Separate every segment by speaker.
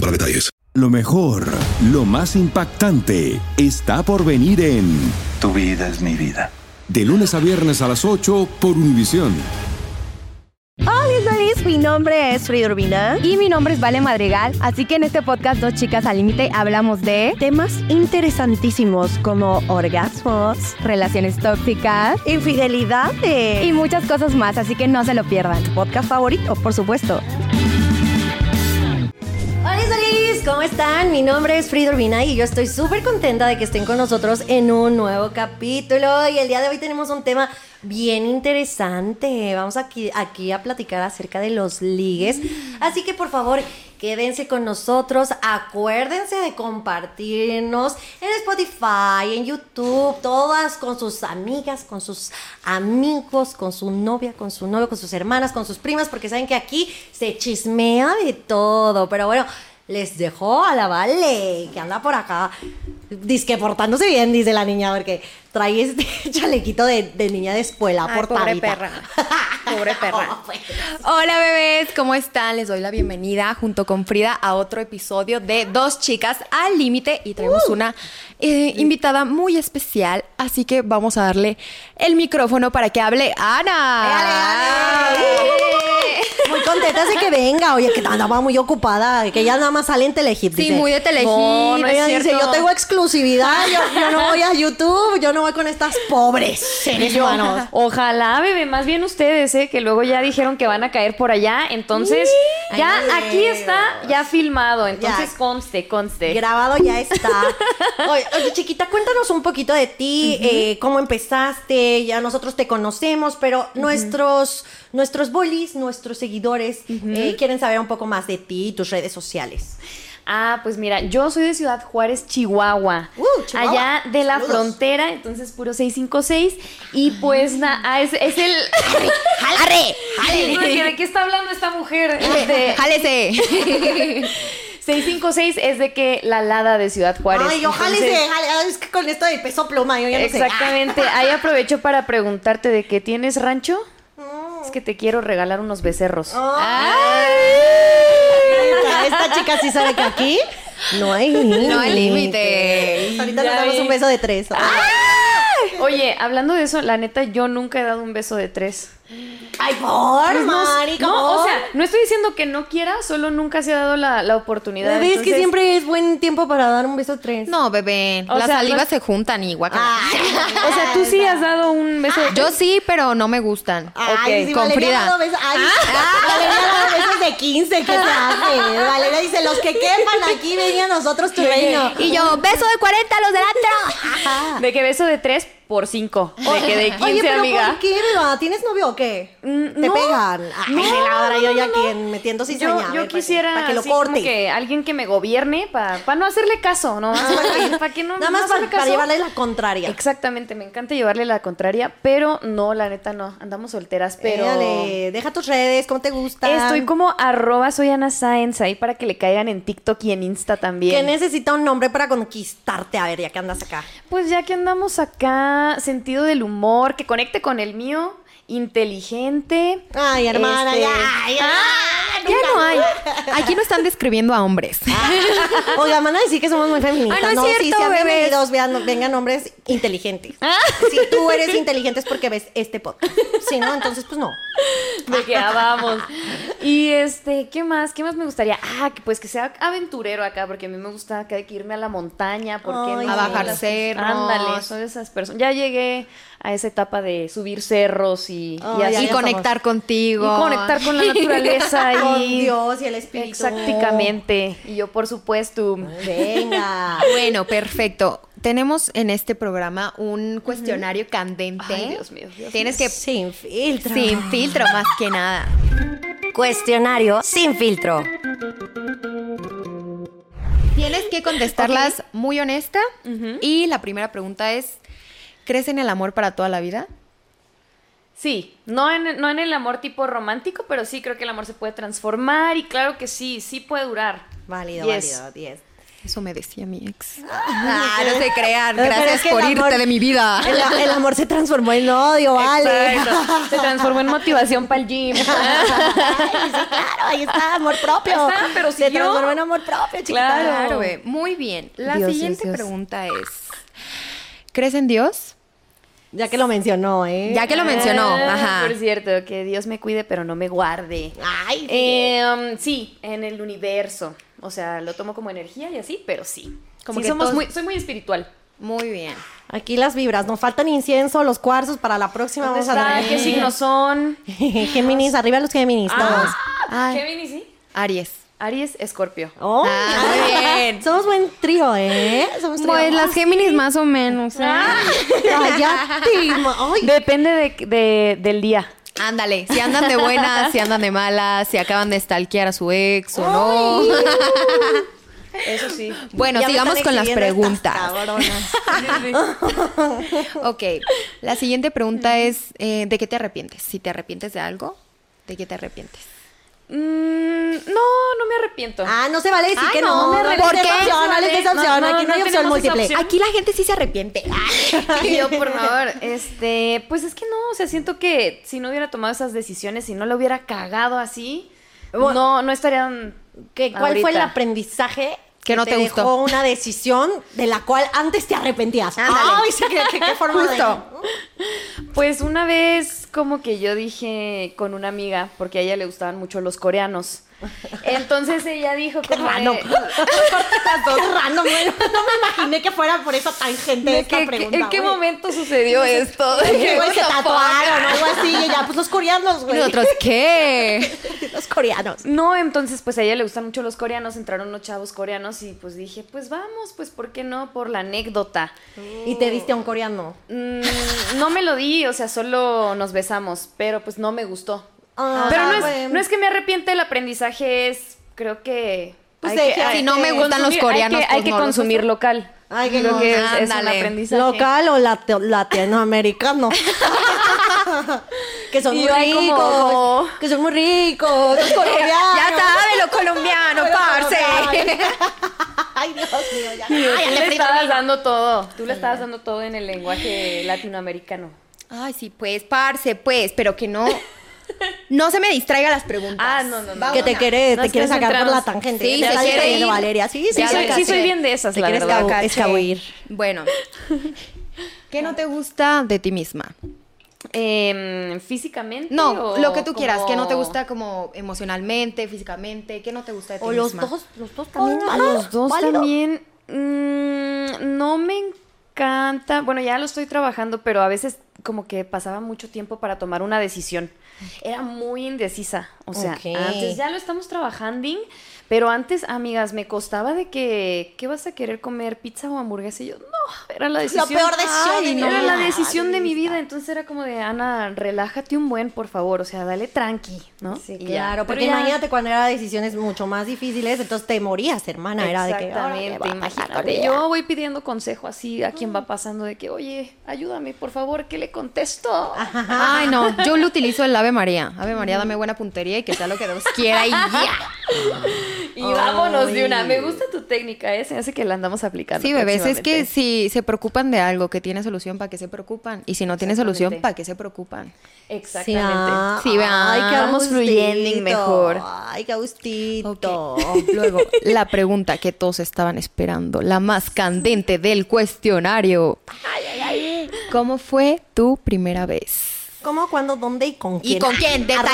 Speaker 1: para detalles.
Speaker 2: Lo mejor, lo más impactante, está por venir en
Speaker 3: Tu vida es mi vida.
Speaker 2: De lunes a viernes a las 8 por Univisión.
Speaker 4: Hola Ismaris, mi nombre es Frida Urbina
Speaker 5: y mi nombre es Vale Madrigal, así que en este podcast Dos Chicas al Límite hablamos de
Speaker 4: temas interesantísimos como orgasmos,
Speaker 5: relaciones tóxicas,
Speaker 4: infidelidades
Speaker 5: y muchas cosas más, así que no se lo pierdan.
Speaker 4: ¿Tu podcast favorito, por supuesto.
Speaker 6: Hola Solís, ¿cómo están? Mi nombre es Frida Urbina y yo estoy súper contenta de que estén con nosotros en un nuevo capítulo. Y el día de hoy tenemos un tema bien interesante. Vamos aquí, aquí a platicar acerca de los ligues. Así que por favor, quédense con nosotros. Acuérdense de compartirnos en Spotify, en YouTube, todas con sus amigas, con sus amigos, con su novia, con su novio, con sus hermanas, con sus primas, porque saben que aquí se chismea de todo. Pero bueno les dejó a la Vale, que anda por acá, disque portándose bien, dice la niña, porque trae este chalequito de, de niña de escuela,
Speaker 5: Ay,
Speaker 6: portadita.
Speaker 5: Pobre perra, pobre perra. Oh, pues. Hola bebés, ¿cómo están? Les doy la bienvenida junto con Frida a otro episodio de Dos Chicas al Límite y traemos uh. una eh, invitada muy especial, así que vamos a darle el micrófono para que hable Ana.
Speaker 6: ¡Ale, ale! Uh. Muy contenta de que venga, oye, que andaba muy ocupada, que ya nada más sale en Telehit.
Speaker 5: Sí, muy de Telehit. No,
Speaker 6: no ella dice, yo tengo exclusividad, yo, yo, no voy a YouTube, yo no voy con estas pobres seres humanos.
Speaker 7: Ojalá, bebé, más bien ustedes, ¿eh? que luego ya dijeron que van a caer por allá. Entonces, Ay, ya Dios. aquí está, ya filmado. Entonces, ya. conste, conste.
Speaker 6: Grabado ya está. Oye, oye chiquita, cuéntanos un poquito de ti, uh -huh. eh, cómo empezaste, ya nosotros te conocemos, pero uh -huh. nuestros, nuestros bolis, nuestros seguidores, uh -huh. eh, quieren saber un poco más de ti, tus redes sociales.
Speaker 7: Ah, pues mira, yo soy de Ciudad Juárez, Chihuahua. Uh, Chihuahua. Allá de la Saludos. frontera, entonces puro 656. Y pues na, ah, es, es, el.
Speaker 6: ¡Jale!
Speaker 7: ¡Jale! ¿De qué está hablando esta mujer? De...
Speaker 5: ¡Jálese!
Speaker 7: 656 es de que la Lada de Ciudad Juárez.
Speaker 6: Ay, ojalá es que con esto de peso pluma, yo ya no
Speaker 7: Exactamente.
Speaker 6: Sé. Ah.
Speaker 7: Ahí aprovecho para preguntarte de que tienes rancho. Oh. Es que te quiero regalar unos becerros.
Speaker 6: Oh. Ay esta chica sí sabe que aquí no hay límite.
Speaker 5: No hay límite.
Speaker 6: Ahorita ya nos damos un beso de tres.
Speaker 7: ¡Ah! Oye, hablando de eso, la neta, yo nunca he dado un beso de tres.
Speaker 6: Ay, por pues no, marico.
Speaker 7: No, o sea, no estoy diciendo que no quiera, solo nunca se ha dado la, la oportunidad.
Speaker 6: Bebé, entonces... es que siempre es buen tiempo para dar un beso de tres.
Speaker 5: No, bebé, o las sea, salivas no... se juntan y
Speaker 6: Ah.
Speaker 5: guacala.
Speaker 7: O sea, tú sí has dado un beso de tres.
Speaker 5: Yo sí, pero no me gustan.
Speaker 6: Ah,
Speaker 5: Ay, ok, si con Frida.
Speaker 6: Dado beso... Ay, ah. Valeria ha dado besos de 15, ¿qué te hace? Valeria dice, los que quepan aquí, ven a nosotros tu reino.
Speaker 5: Y yo, beso de 40, los delante.
Speaker 7: De que beso de tres, por cinco. De que de 15,
Speaker 6: Oye, pero
Speaker 7: amiga.
Speaker 6: ¿por qué, beba? ¿Tienes novio o qué?
Speaker 7: Mm,
Speaker 6: Te
Speaker 7: no,
Speaker 6: pegan. Ay, me
Speaker 7: no,
Speaker 6: ladra
Speaker 7: no,
Speaker 6: yo ya aquí metiendo cizaña.
Speaker 7: Yo, yo ver, quisiera
Speaker 6: para que,
Speaker 7: para
Speaker 6: que lo corte.
Speaker 7: Como que alguien que me gobierne para pa no hacerle caso, ¿no? para, pa que no
Speaker 6: Ah, Nada más
Speaker 7: no
Speaker 6: para, para, llevarle la contraria.
Speaker 7: Exactamente, me encanta llevarle la contraria, pero no, la neta no. Andamos solteras, pero.
Speaker 6: Dale, deja tus redes, ¿cómo te gusta?
Speaker 7: Estoy como arroba soy Ana Sáenz ahí para que le caigan en TikTok y en Insta también.
Speaker 6: ¿Qué necesita un nombre para conquistarte? A ver, ya que andas acá.
Speaker 7: Pues ya que andamos acá sentido del humor, que conecte con el mío, inteligente.
Speaker 6: Ay, hermana, este... ya, ya,
Speaker 5: ah, ya no hay. Aquí no están describiendo a hombres.
Speaker 6: Ah, oiga, van a decir que somos muy feministas.
Speaker 5: Ah, no, es cierto,
Speaker 6: no, sí,
Speaker 5: bebés.
Speaker 6: Vean, vengan hombres inteligentes.
Speaker 7: Ah.
Speaker 6: Si tú eres inteligente es porque ves este podcast. Si no, entonces pues no.
Speaker 7: De que vamos. Y este, ¿qué más? ¿Qué más me gustaría? Ah, pues que sea aventurero acá, porque a mí me gusta que hay que irme a la montaña, porque no?
Speaker 5: a bajar cerros.
Speaker 7: Ándale, soy de esas personas. Ya llegué a esa etapa de subir cerros y,
Speaker 5: oh, y, así. y conectar contigo.
Speaker 7: Y conectar con la naturaleza y
Speaker 6: con Dios y el espíritu.
Speaker 7: Exactamente. Y yo, por supuesto.
Speaker 6: Venga.
Speaker 5: Ah, bueno, perfecto. Tenemos en este programa un cuestionario uh -huh. candente.
Speaker 7: Ay, Dios mío, Dios
Speaker 5: Tienes
Speaker 7: mío.
Speaker 5: que
Speaker 6: sin filtro.
Speaker 5: Sin filtro más que nada.
Speaker 4: Cuestionario sin filtro.
Speaker 5: que contestarlas muy honesta. Y la primera pregunta es, ¿crees en el amor para toda la vida?
Speaker 7: Sí, no en, no en el amor tipo romántico, pero sí creo que el amor se puede transformar y claro que sí, sí puede durar.
Speaker 6: Válido,
Speaker 7: Yes.
Speaker 6: válido, 10.
Speaker 5: Eso me decía mi ex. Ah, no sé crear.
Speaker 6: Pero
Speaker 5: Gracias
Speaker 6: es que el
Speaker 5: por
Speaker 6: amor-
Speaker 5: irte de mi vida.
Speaker 6: El, el amor se transformó en odio, vale.
Speaker 7: Exacto. Se transformó en motivación para el gym.
Speaker 6: Ay, sí, claro, ahí está, amor propio.
Speaker 7: Ahí está, pero
Speaker 6: se
Speaker 7: siguió.
Speaker 6: transformó en amor propio, chiquita.
Speaker 7: Claro.
Speaker 5: Claro, güey. Muy bien. La
Speaker 6: Dios,
Speaker 5: siguiente
Speaker 6: Dios, Dios.
Speaker 5: pregunta es: ¿Crees en Dios?
Speaker 6: Ya que lo mencionó, ¿eh?
Speaker 5: Ya que lo mencionó,
Speaker 7: Ah,
Speaker 5: ajá.
Speaker 7: Por cierto, que Dios me cuide, pero no me guarde.
Speaker 6: Ay,
Speaker 7: Eh, um, sí, en el universo. O sea, lo tomo como energía y así, pero sí.
Speaker 5: Como
Speaker 7: Sí,
Speaker 5: que
Speaker 7: somos
Speaker 5: todos-
Speaker 7: muy, soy muy espiritual.
Speaker 5: Muy bien.
Speaker 6: Aquí las vibras, nos faltan incienso, los cuarzos para la próxima.
Speaker 7: ¿Dónde
Speaker 6: Vamos
Speaker 7: está?
Speaker 6: a
Speaker 7: ¿Qué signos son?
Speaker 6: Géminis, arriba los Géminis, todos.
Speaker 7: Ah, Géminis, sí.
Speaker 5: Aries.
Speaker 7: Aries, Escorpio.
Speaker 6: Oh.
Speaker 5: Ah, muy bien.
Speaker 6: Somos buen trío, ¿eh? Somos trío.
Speaker 5: Pues las Géminis más o menos. ¿eh?
Speaker 6: Cállate, ma- ay.
Speaker 7: Depende de- de- del día.
Speaker 5: Ándale, si andan de buenas, si andan de malas, si acaban de stalkear a su ex o no.
Speaker 7: Eso sí.
Speaker 5: Bueno,
Speaker 6: Ya me
Speaker 5: sigamos
Speaker 6: están
Speaker 5: con las
Speaker 6: exhibiendo estas
Speaker 5: preguntas.
Speaker 6: cabronas.
Speaker 5: Ok, la siguiente pregunta es, eh, ¿de qué te arrepientes? Si te arrepientes de algo, ¿de qué te arrepientes?
Speaker 7: Mm, no, no me arrepiento.
Speaker 6: Ah, no se vale decir
Speaker 7: Ay,
Speaker 6: que
Speaker 7: no,
Speaker 6: no.
Speaker 7: me
Speaker 6: ¿Por
Speaker 7: arrepiento,
Speaker 6: qué?
Speaker 7: no se
Speaker 6: No, no les des
Speaker 7: vale.
Speaker 6: opción.
Speaker 7: No, no,
Speaker 6: Aquí no hay opción
Speaker 7: no tenemos esa
Speaker 6: múltiple.
Speaker 7: opción.
Speaker 5: Aquí la gente sí se arrepiente.
Speaker 7: Yo, por favor. Este, pues es que no, o sea, siento que si no hubiera tomado esas decisiones, si no la hubiera cagado así,
Speaker 6: Bueno.
Speaker 7: no, no estarían.
Speaker 6: ¿Qué- ¿Cuál fue el
Speaker 7: ahorita.
Speaker 6: aprendizaje
Speaker 5: Que no te
Speaker 6: dejó
Speaker 5: gustó.
Speaker 6: una decisión de la cual antes te arrepentías?
Speaker 5: Ándale.
Speaker 6: Ay, sí, qué, qué- qué forma de-
Speaker 5: Justo.
Speaker 7: Pues una vez, como que yo dije con una amiga, porque a ella le gustaban mucho los coreanos. Entonces ella dijo
Speaker 6: Ah,
Speaker 7: como de-
Speaker 6: random. Qué random, güey. no me imaginé que fuera por esa tangente
Speaker 7: ¿de
Speaker 6: esta
Speaker 7: qué-
Speaker 6: pregunta.
Speaker 7: ¿En qué
Speaker 6: güey.
Speaker 7: momento sucedió esto?
Speaker 6: Que, güey, se
Speaker 7: What the fuck?
Speaker 6: tatuaron o algo así. Y ya, pues los coreanos,
Speaker 5: ¿Y
Speaker 6: güey.
Speaker 5: nosotros qué?
Speaker 6: Los coreanos.
Speaker 7: No, entonces pues a ella le gustan mucho los coreanos, entraron unos chavos coreanos y pues dije, pues vamos, pues ¿por qué no? Por la anécdota.
Speaker 6: Y te diste a un coreano.
Speaker 7: Mm, no me lo di, o sea, solo nos besamos, pero pues no me gustó.
Speaker 6: Ah,
Speaker 7: pero no es,
Speaker 6: bueno.
Speaker 7: no es que me arrepiente, el aprendizaje es, creo que...
Speaker 6: Pues
Speaker 7: hay
Speaker 6: de que-
Speaker 7: hay
Speaker 6: si no me
Speaker 5: gustan los
Speaker 7: consumir-
Speaker 5: coreanos,
Speaker 7: hay que, hay
Speaker 5: pues
Speaker 7: que
Speaker 5: no los
Speaker 7: consumir
Speaker 5: uso.
Speaker 7: local.
Speaker 6: Ay, que
Speaker 7: creo
Speaker 6: no.
Speaker 7: que es, es un
Speaker 5: Ándale.
Speaker 7: aprendizaje.
Speaker 6: ¿Local o late- latinoamericano? que son
Speaker 7: Y
Speaker 6: muy
Speaker 7: yo ahí
Speaker 6: ricos. pues,
Speaker 7: como-
Speaker 6: Que son muy ricos. Los colombianos.
Speaker 5: Ya sabe lo colombiano, parce.
Speaker 6: Ay, Dios mío, ya.
Speaker 7: Tú
Speaker 6: Ay,
Speaker 7: le estabas dando todo, tú le estabas dando todo en el lenguaje latinoamericano.
Speaker 5: Ay, sí, pues, parce, pues, pero que no. No se me distraiga las preguntas.
Speaker 7: Ah, no, no, no.
Speaker 6: que te quiere,
Speaker 7: No
Speaker 6: te quiere
Speaker 7: estás
Speaker 6: sacar por la
Speaker 7: centrados.
Speaker 6: tangente.
Speaker 5: Sí,
Speaker 6: Ya
Speaker 5: se
Speaker 6: está
Speaker 5: quiere
Speaker 6: distrayendo,
Speaker 5: ir.
Speaker 6: Valeria. Sí, sí,
Speaker 7: Ya
Speaker 6: sí,
Speaker 7: soy-
Speaker 6: casi.
Speaker 7: sí soy bien de esas,
Speaker 6: Te
Speaker 7: la
Speaker 6: quieres
Speaker 7: verdad.
Speaker 6: escabu-
Speaker 7: Caché.
Speaker 6: escabuir.
Speaker 5: Bueno. ¿Qué no te gusta de ti misma?
Speaker 7: Em, físicamente.
Speaker 5: No,
Speaker 7: o
Speaker 5: lo que tú quieras, que no te
Speaker 7: como-
Speaker 5: gusta como emocionalmente, físicamente, ¿qué no te gusta de ti
Speaker 6: O los
Speaker 5: misma?
Speaker 6: dos, los dos también.
Speaker 7: A
Speaker 6: válido,
Speaker 7: los dos
Speaker 6: válido.
Speaker 7: también. mm, no me encanta. Bueno, ya lo estoy trabajando, pero a veces como que pasaba mucho tiempo para tomar una decisión. Era muy indecisa. O sea,
Speaker 6: Ok.
Speaker 7: antes ya lo estamos trabajando, pero antes, amigas, me costaba de que, ¿qué vas a querer comer? ¿Pizza o hamburguesa? Y yo, no, era la decisión.
Speaker 6: peor decisión
Speaker 7: Ay,
Speaker 6: de mi
Speaker 7: no, Era
Speaker 6: vida.
Speaker 7: la decisión de mi vida. Entonces era como de, Ana, relájate un buen, por favor. O sea, dale tranqui, ¿no?
Speaker 6: Sí,
Speaker 7: Y ya.
Speaker 6: claro,
Speaker 7: Pero
Speaker 6: porque
Speaker 7: ya-
Speaker 6: imagínate cuando era decisiones mucho más difíciles, entonces te morías, hermana. Era de que. ahora, ¿qué
Speaker 7: Exactamente,
Speaker 6: va a pasar con
Speaker 7: imagínate.
Speaker 6: ella?
Speaker 7: Yo voy pidiendo consejo así a quien va pasando de que, oye, ayúdame, por favor, ¿qué le contesto?
Speaker 5: Ay, no, yo lo utilizo el Ave María. Ave María, dame buena puntería y que sea lo que Dios quiera y ya.
Speaker 7: Y vámonos de una. Me gusta tu técnica, ¿eh? Se me hace que la andamos aplicando.
Speaker 5: Sí, bebés, es que
Speaker 7: próximamente.
Speaker 5: si se preocupan de algo que tiene solución, ¿para qué se preocupan? Y si no tiene solución, ¿para qué se preocupan?
Speaker 6: Sí,
Speaker 7: Exactamente.
Speaker 6: ah,
Speaker 5: Sí, vea,
Speaker 6: ay, qué
Speaker 5: vamos
Speaker 6: agustito,
Speaker 5: fluyendo mejor.
Speaker 6: Ay, qué agustito.
Speaker 5: Luego, la pregunta que todos estaban esperando, la más candente del cuestionario. ¿Cómo fue tu primera vez?
Speaker 6: ¿Cómo, cuándo, dónde y con quién?
Speaker 5: con quién? Detalles.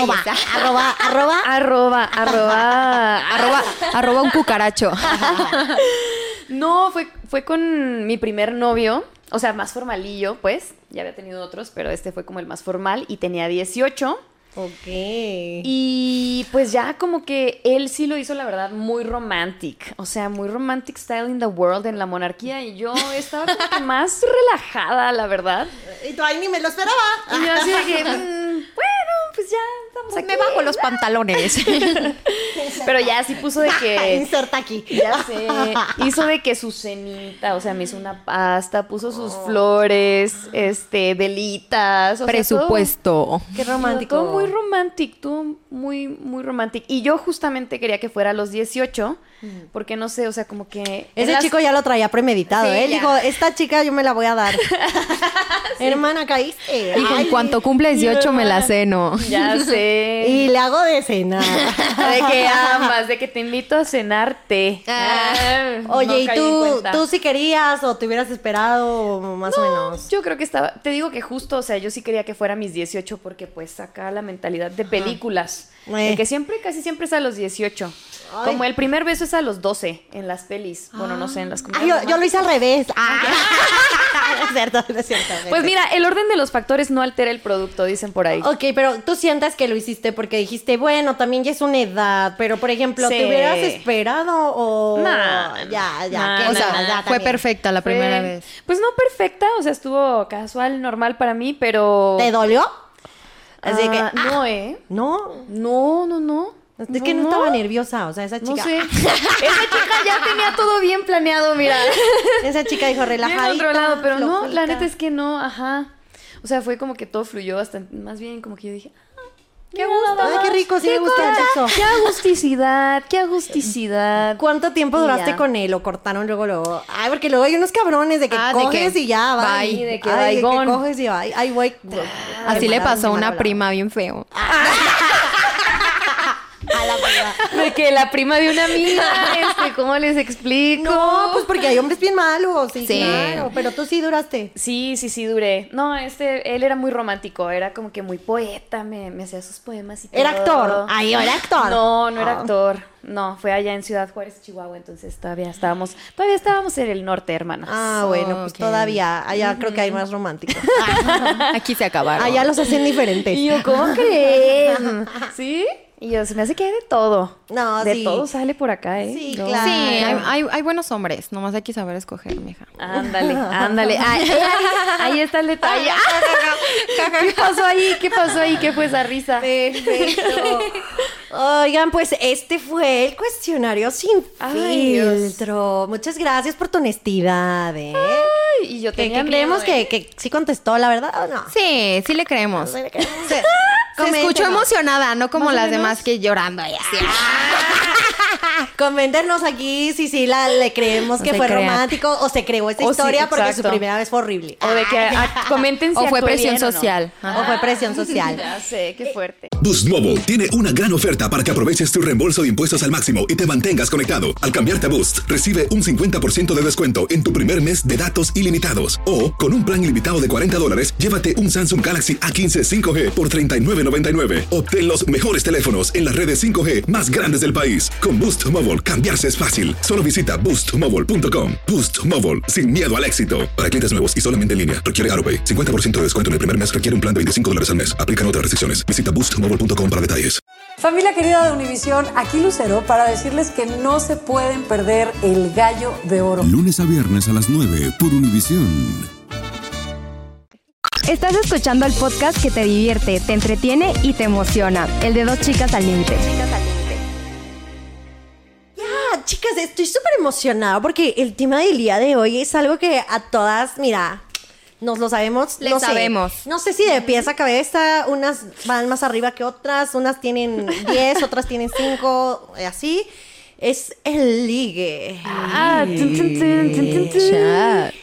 Speaker 6: Arroba, arroba, arroba.
Speaker 7: Arroba,
Speaker 6: Ah.
Speaker 7: arroba,
Speaker 5: Arroba, arroba un cucaracho.
Speaker 7: No, fue, fue con mi primer novio, o sea, más formalillo, pues. Ya había tenido otros, pero este fue como el más formal y tenía 18.
Speaker 6: Ok.
Speaker 7: Y pues ya como que él sí lo hizo, la verdad, muy romantic. O sea, muy romantic style in the world, en la monarquía. Y yo estaba como que más relajada, la verdad.
Speaker 6: Y tú, ay, ni me lo esperaba.
Speaker 7: Y yo así de que, mm, bueno, pues ya está
Speaker 5: pues me bajo los pantalones.
Speaker 7: Pero ya sí puso de que.
Speaker 6: Inserta aquí.
Speaker 7: Ya sé. Hizo de que su cenita, o sea, me hizo una pasta, puso sus
Speaker 5: Oh.
Speaker 7: flores, este, velitas. o sea,
Speaker 5: Presupuesto.
Speaker 6: Qué
Speaker 7: todo-
Speaker 6: romántico.
Speaker 7: Todo muy romántico, todo muy, muy romántico. Y yo justamente quería que fuera a los 18, porque no sé, o sea, como que. en
Speaker 6: Ese
Speaker 7: las-
Speaker 6: chico ya lo traía premeditado,
Speaker 7: Sí,
Speaker 6: ¿eh? Él
Speaker 7: ya.
Speaker 6: dijo, esta chica yo me la voy a dar. Hermana, caíste.
Speaker 5: Dijo, en
Speaker 6: Ay,
Speaker 5: cuanto cumpla 18 me la ceno.
Speaker 7: Ya sé.
Speaker 6: Y le hago de cena.
Speaker 7: De que amas, de que te invito a cenarte.
Speaker 5: Ah.
Speaker 6: Oye, ¿y
Speaker 7: No caí en
Speaker 6: tú,
Speaker 7: cuenta.
Speaker 6: tú si querías o te hubieras esperado o más o menos?
Speaker 7: Yo creo que estaba, te digo que justo, o sea, yo sí quería que fuera a mis 18 porque pues acá la mentalidad de películas,
Speaker 6: Eh.
Speaker 7: de que siempre, casi siempre es a los 18.
Speaker 6: Ay.
Speaker 7: Como el primer beso es a los 12 en las pelis, bueno, no sé, en las
Speaker 6: Ay, Ah, yo, yo lo hice al revés. Ah. No es cierto, no es cierto.
Speaker 7: Pues mira, el orden de los factores no altera el producto, dicen por ahí.
Speaker 6: Ok, pero tú sientes que lo hiciste porque dijiste, bueno, también ya es una edad, pero por ejemplo,
Speaker 7: Sí.
Speaker 6: ¿te hubieras esperado o...?
Speaker 7: Nah,
Speaker 6: ya, ya.
Speaker 7: nah,
Speaker 6: que
Speaker 7: nah,
Speaker 5: O
Speaker 6: no,
Speaker 5: sea,
Speaker 7: nah,
Speaker 6: ya
Speaker 5: fue
Speaker 6: también.
Speaker 5: perfecta la primera
Speaker 7: Fue-
Speaker 5: vez.
Speaker 7: Pues no perfecta, o sea, estuvo casual, normal para mí, pero...
Speaker 6: ¿Te dolió? Así
Speaker 7: Ah,
Speaker 6: que... ah,
Speaker 7: No, ¿eh?
Speaker 6: no.
Speaker 7: No, no, no.
Speaker 6: Es que no, estaba nerviosa, o sea, esa
Speaker 7: No
Speaker 6: chica...
Speaker 7: sé. Esa chica ya tenía todo bien planeado, mira.
Speaker 6: Esa chica dijo, relajada.
Speaker 7: Bien controlado, pero no, la neta es que no, ajá. O sea, fue como que todo fluyó bastante, más bien como que yo dije, ah, qué gusto.
Speaker 6: Ay, qué rico, sí me gusta el
Speaker 7: cosa,
Speaker 6: sexo.
Speaker 7: Qué agusticidad, qué agusticidad.
Speaker 6: ¿Cuánto tiempo
Speaker 7: Y
Speaker 6: duraste
Speaker 7: ya.
Speaker 6: con él? ¿O cortaron luego, luego? Ay, porque luego hay unos cabrones de que
Speaker 5: Ah, de
Speaker 6: coges
Speaker 5: que
Speaker 6: y ya, va.
Speaker 5: bye,
Speaker 7: de que
Speaker 6: Ay,
Speaker 7: bye, gone.
Speaker 6: coges y va. Ay, güey.
Speaker 5: Así le
Speaker 6: Qué mala,
Speaker 5: pasó a
Speaker 6: qué mala
Speaker 5: una
Speaker 6: palabra.
Speaker 5: prima bien feo.
Speaker 6: A la prima.
Speaker 7: De que la prima de una amiga, este, ¿cómo les explico?
Speaker 6: No, pues porque hay hombres bien malos. Sí,
Speaker 5: Sí.
Speaker 6: claro. Pero tú sí duraste.
Speaker 7: Sí, sí, sí, duré. No, este, él era muy romántico, era como que muy poeta, me, me hacía sus poemas y
Speaker 6: Era
Speaker 7: todo.
Speaker 6: actor. Ay, era actor.
Speaker 7: No, no
Speaker 6: Ah.
Speaker 7: era actor. No, fue allá en Ciudad Juárez, Chihuahua, entonces todavía estábamos, todavía estábamos en el norte, hermanas.
Speaker 6: Ah, bueno, pues
Speaker 5: Ok.
Speaker 6: todavía. Allá creo que hay más románticos.
Speaker 5: Aquí se acabaron.
Speaker 6: Allá los hacen diferentes.
Speaker 7: Y yo, ¿cómo creen? ¿Sí? Y yo, se me hace que hay de todo.
Speaker 6: No,
Speaker 7: de
Speaker 6: sí.
Speaker 7: todo sale por acá, ¿eh?
Speaker 6: Sí,
Speaker 7: No.
Speaker 5: Sí,
Speaker 6: claro.
Speaker 5: hay, hay- hay buenos hombres. Nomás hay que saber escoger, mija.
Speaker 7: Ándale, ándale. Ay, ay, ay, ah. ahí está el detalle. ¿Qué pasó ahí? ¿Qué pasó ahí? ¿Qué fue esa risa?
Speaker 6: Perfecto. Oigan, pues este fue el cuestionario sin
Speaker 7: Ay, Dios.
Speaker 6: filtro. Muchas gracias por tu honestidad, ¿eh?
Speaker 7: Ay, y yo
Speaker 6: que,
Speaker 7: tenía
Speaker 6: que creemos
Speaker 7: miedo, ¿eh?
Speaker 6: que, que sí contestó, la verdad, ¿o no?
Speaker 5: Sí, sí le creemos. Se
Speaker 6: Coméntenos.
Speaker 5: escuchó emocionada, no como las demás que llorando ahí así.
Speaker 6: Coméntenos aquí si sí la, le creemos que
Speaker 5: se
Speaker 6: fue
Speaker 5: crean.
Speaker 6: romántico o se creó esta
Speaker 7: O sí,
Speaker 6: historia porque su
Speaker 7: exacto.
Speaker 6: primera vez fue horrible.
Speaker 7: O de que ah, comenten si
Speaker 5: O fue
Speaker 7: actué
Speaker 5: presión
Speaker 7: bien o no. Ah.
Speaker 5: social.
Speaker 6: O fue presión social.
Speaker 7: Ya sé, qué fuerte.
Speaker 1: Boost Mobile tiene una gran oferta para que aproveches tu reembolso de impuestos al máximo y te mantengas conectado. Al cambiarte a Boost, recibe un 50% de descuento en tu primer mes de datos ilimitados. O, con un plan ilimitado de 40 dólares, llévate un Samsung Galaxy A15 5G por $39.99. Obtén los mejores teléfonos en las redes 5G más grandes del país. Con Boost Mobile, cambiarse es fácil. Solo visita boostmobile.com. Boost Mobile, sin miedo al éxito. Para clientes nuevos y solamente en línea, requiere AroPay. 50% de descuento en el primer mes requiere un plan de 25 dólares al mes. Aplican otras restricciones. Visita boostmobile.com para detalles.
Speaker 8: Familia querida de Univisión, aquí Lucero para decirles que no se pueden perder el gallo de oro.
Speaker 2: Lunes a viernes a las 9 por Univisión.
Speaker 4: Estás escuchando el podcast que te divierte, te entretiene y te emociona. El de dos chicas al límite.
Speaker 6: Ah, chicas, estoy súper emocionada porque el tema del día de hoy es algo que a todas, mira, nos lo sabemos.
Speaker 5: Le
Speaker 6: no sé.
Speaker 5: sabemos.
Speaker 6: No sé si de pies a cabeza, unas van más arriba que otras, unas tienen 10, otras tienen 5, así. Es el ligue.
Speaker 7: Ah, tun, tun, tun, tun, tun, tun.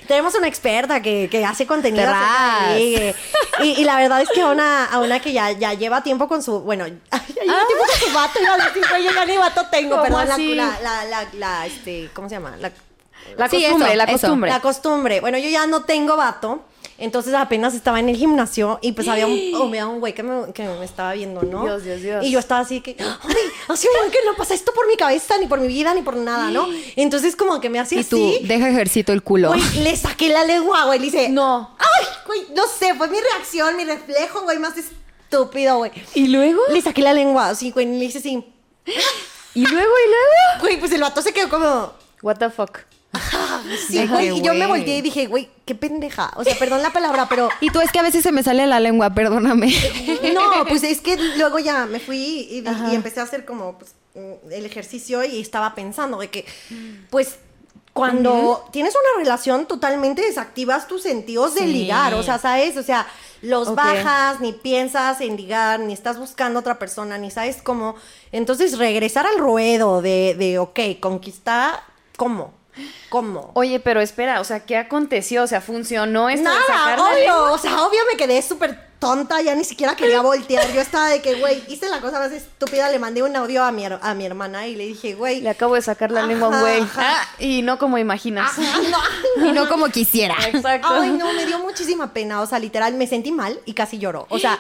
Speaker 6: Tenemos una experta que, que hace contenido
Speaker 5: Terraz.
Speaker 6: acerca del ligue. Y, y la verdad es que a una, a una que ya, ya lleva tiempo con su. Bueno, ya lleva tiempo con su vato. iba a decir, güey, Yo ya ni vato tengo,
Speaker 7: Ah. ¿Cómo
Speaker 6: perdón. La,
Speaker 7: así?
Speaker 6: la, la, la, la, este, ¿Cómo se llama? La,
Speaker 7: La
Speaker 5: Sí,
Speaker 7: costumbre,
Speaker 5: eso,
Speaker 7: la
Speaker 5: eso.
Speaker 7: costumbre.
Speaker 6: la costumbre. Bueno, yo ya no tengo vato. Entonces apenas estaba en el gimnasio y pues había un, oh, había un güey que me, que me estaba viendo, ¿no?
Speaker 7: Dios, Dios, Dios.
Speaker 6: Y yo estaba así que, ay, así que no pasa esto por mi cabeza, ni por mi vida, ni por nada, ¿no? Entonces como que me hacía
Speaker 5: Y tú,
Speaker 6: así.
Speaker 5: deja ejercito el culo.
Speaker 6: Güey, le saqué la lengua, güey. Le hice,
Speaker 7: No.
Speaker 6: ¡Ay! Güey, no sé, fue mi reacción, mi reflejo, güey, más estúpido, güey.
Speaker 7: ¿Y luego?
Speaker 6: Le saqué la lengua, así, güey, y le hice así.
Speaker 7: ¿Y luego? ¿Y luego?
Speaker 6: Güey, pues el vato se quedó como.
Speaker 7: What the fuck.
Speaker 6: Sí, güey. Y yo me volteé y dije, güey, qué pendeja. O sea, perdón la palabra, pero.
Speaker 5: Y tú es que a veces se me sale la lengua, perdóname.
Speaker 6: No, pues es que luego ya me fui y, y empecé a hacer como pues, el ejercicio y estaba pensando de que, pues. Cuando tienes una relación, totalmente desactivas tus sentidos de ligar, o sea, ¿sabes? O sea, los
Speaker 5: Ok.
Speaker 6: bajas, ni piensas en ligar, ni estás buscando otra persona, ni sabes cómo. Entonces, regresar al ruedo de, de ok, conquistar, ¿cómo? ¿Cómo?
Speaker 7: Oye, pero espera, o sea, ¿qué aconteció? O sea, ¿funcionó esto de
Speaker 6: Nada,
Speaker 7: sacar la
Speaker 6: obvio.
Speaker 7: lengua?
Speaker 6: O sea, obvio me quedé súper tonta, ya ni siquiera quería voltear. Yo estaba de que, güey, hice la cosa más estúpida, le mandé un audio a mi, her- a mi hermana y le dije, güey.
Speaker 7: Le acabo de sacar la
Speaker 6: Ajá,
Speaker 7: lengua, güey.
Speaker 6: ajá.
Speaker 7: Ah, y no como imaginas.
Speaker 6: Ay, no, ay,
Speaker 5: Y no como quisiera.
Speaker 7: Exacto.
Speaker 6: Ay, no, me dio muchísima pena. O sea, literal, me sentí mal y casi lloró. O sea,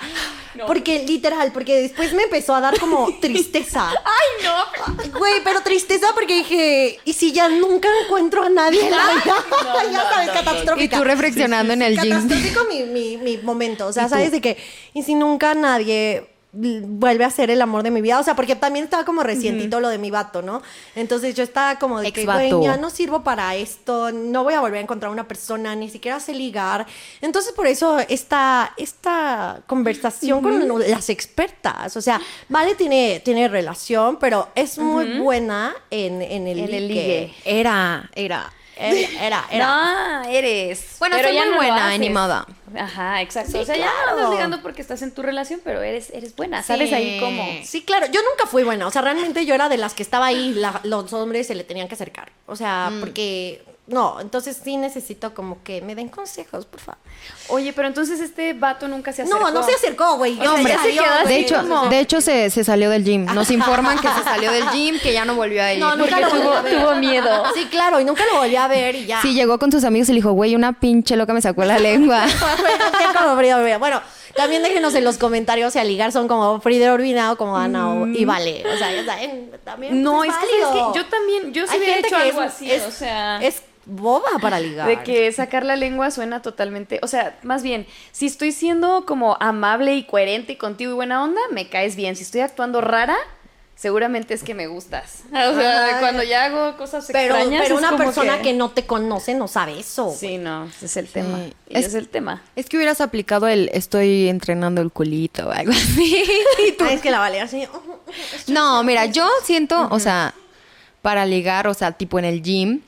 Speaker 6: porque literal, porque después me empezó a dar como tristeza.
Speaker 7: Ay, no.
Speaker 6: Güey, pero tristeza porque dije, ¿y si ya nunca encuentro a nadie en la vida? ya sabes,
Speaker 5: Y
Speaker 6: catastrófica.
Speaker 5: tú reflexionando en el gym.
Speaker 6: Catastrófico mi, mi, mi momento. O sea, ¿sabes de qué? Y si nunca nadie l- vuelve a ser el amor de mi vida. O sea, porque también estaba como recientito lo de mi vato, ¿no? Entonces yo estaba como de que, güey,
Speaker 5: Ex-vato.
Speaker 6: ya no sirvo para esto, no voy a volver a encontrar una persona, ni siquiera sé ligar. Entonces por eso esta, esta conversación con las expertas, o sea, Vale tiene, tiene relación, pero es muy buena en, en el,
Speaker 7: En
Speaker 6: ligue.
Speaker 7: el ligue.
Speaker 5: Era, era.
Speaker 6: Era, era, era.
Speaker 7: No, eres.
Speaker 5: Bueno, soy muy
Speaker 7: lo
Speaker 5: buena,
Speaker 7: haces.
Speaker 5: animada.
Speaker 7: Ajá, exacto.
Speaker 6: Sí,
Speaker 7: o sea, ya no
Speaker 6: claro.
Speaker 7: andas ligando porque estás en tu relación, pero eres, eres buena. Sabes ahí cómo.
Speaker 6: Sí, claro, yo nunca fui buena, o sea, realmente yo era de las que estaba ahí, la- los hombres se le tenían que acercar, o sea,
Speaker 7: Mm.
Speaker 6: porque no, entonces sí necesito como que me den consejos, por favor.
Speaker 7: Oye, pero entonces este vato nunca se acercó.
Speaker 6: No, no se acercó, güey.
Speaker 7: sea,
Speaker 6: hombre.
Speaker 7: ya se quedó así
Speaker 5: De hecho,
Speaker 7: como-
Speaker 5: de hecho se, se salió del gym. Nos informan que se salió del gym, que ya no volvió a ir.
Speaker 6: No, nunca
Speaker 5: Porque
Speaker 6: lo
Speaker 5: tuvo-
Speaker 6: volví a ver.
Speaker 7: tuvo miedo.
Speaker 6: Sí, claro, y nunca lo volví a ver y ya.
Speaker 5: Sí, llegó con sus amigos y le dijo, güey, una pinche loca me sacó la lengua.
Speaker 6: Como Frida Urbina. Bueno, también déjenos en los comentarios si a ligar son como Frida Urbina o como Ana o- y Vale. O sea, ya saben, también.
Speaker 7: Mm. No,
Speaker 6: pues,
Speaker 7: es que,
Speaker 6: válido.
Speaker 7: ¿sabes qué? Yo también- yo sí
Speaker 6: Hay
Speaker 7: hubiera
Speaker 6: gente
Speaker 7: hecho
Speaker 6: que
Speaker 7: algo
Speaker 6: es-
Speaker 7: así,
Speaker 6: es-
Speaker 7: o sea.
Speaker 6: Es boba para ligar.
Speaker 7: De que sacar la lengua suena totalmente. O sea, más bien, si estoy siendo como amable y coherente y contigo y buena onda, me caes bien. Si estoy actuando rara, seguramente es que me gustas. O sea,
Speaker 6: Ajá.
Speaker 7: cuando ya hago cosas
Speaker 6: Pero,
Speaker 7: extrañas.
Speaker 6: pero
Speaker 7: es
Speaker 6: una
Speaker 7: como
Speaker 6: persona que... no te conoce no sabe eso. güey.
Speaker 7: Sí, no, ese es el tema.
Speaker 5: Sí.
Speaker 7: Y
Speaker 5: Es-
Speaker 7: Es el tema.
Speaker 5: Es que hubieras aplicado el estoy entrenando el culito o algo así. Y tú-
Speaker 6: Ah, Es que la Vale así. ujú, ujú.
Speaker 5: No, mira, yo siento, o sea, para ligar, o sea, tipo en el gym,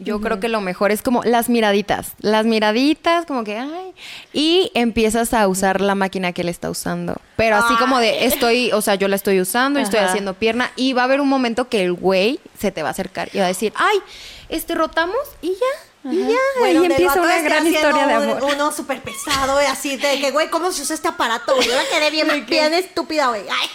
Speaker 5: yo creo que lo mejor es como las miraditas. Las miraditas, como que, ay. Y empiezas a usar la máquina que él está usando. Pero así como de, estoy, o sea, yo la estoy usando, y estoy
Speaker 7: Ajá.
Speaker 5: haciendo pierna. Y va a haber un momento que el güey se te va a acercar y va a decir, ay, este rotamos y ya. Y ya.
Speaker 6: Bueno,
Speaker 5: y
Speaker 6: del
Speaker 5: empieza
Speaker 6: vato
Speaker 5: una
Speaker 6: este
Speaker 5: gran
Speaker 6: haciendo
Speaker 5: historia de
Speaker 6: un-
Speaker 5: amor.
Speaker 6: Uno súper pesado, güey, así de que, güey, ¿cómo se usa este aparato? güey? Yo la quedé bien, bien estúpida, güey. Ay.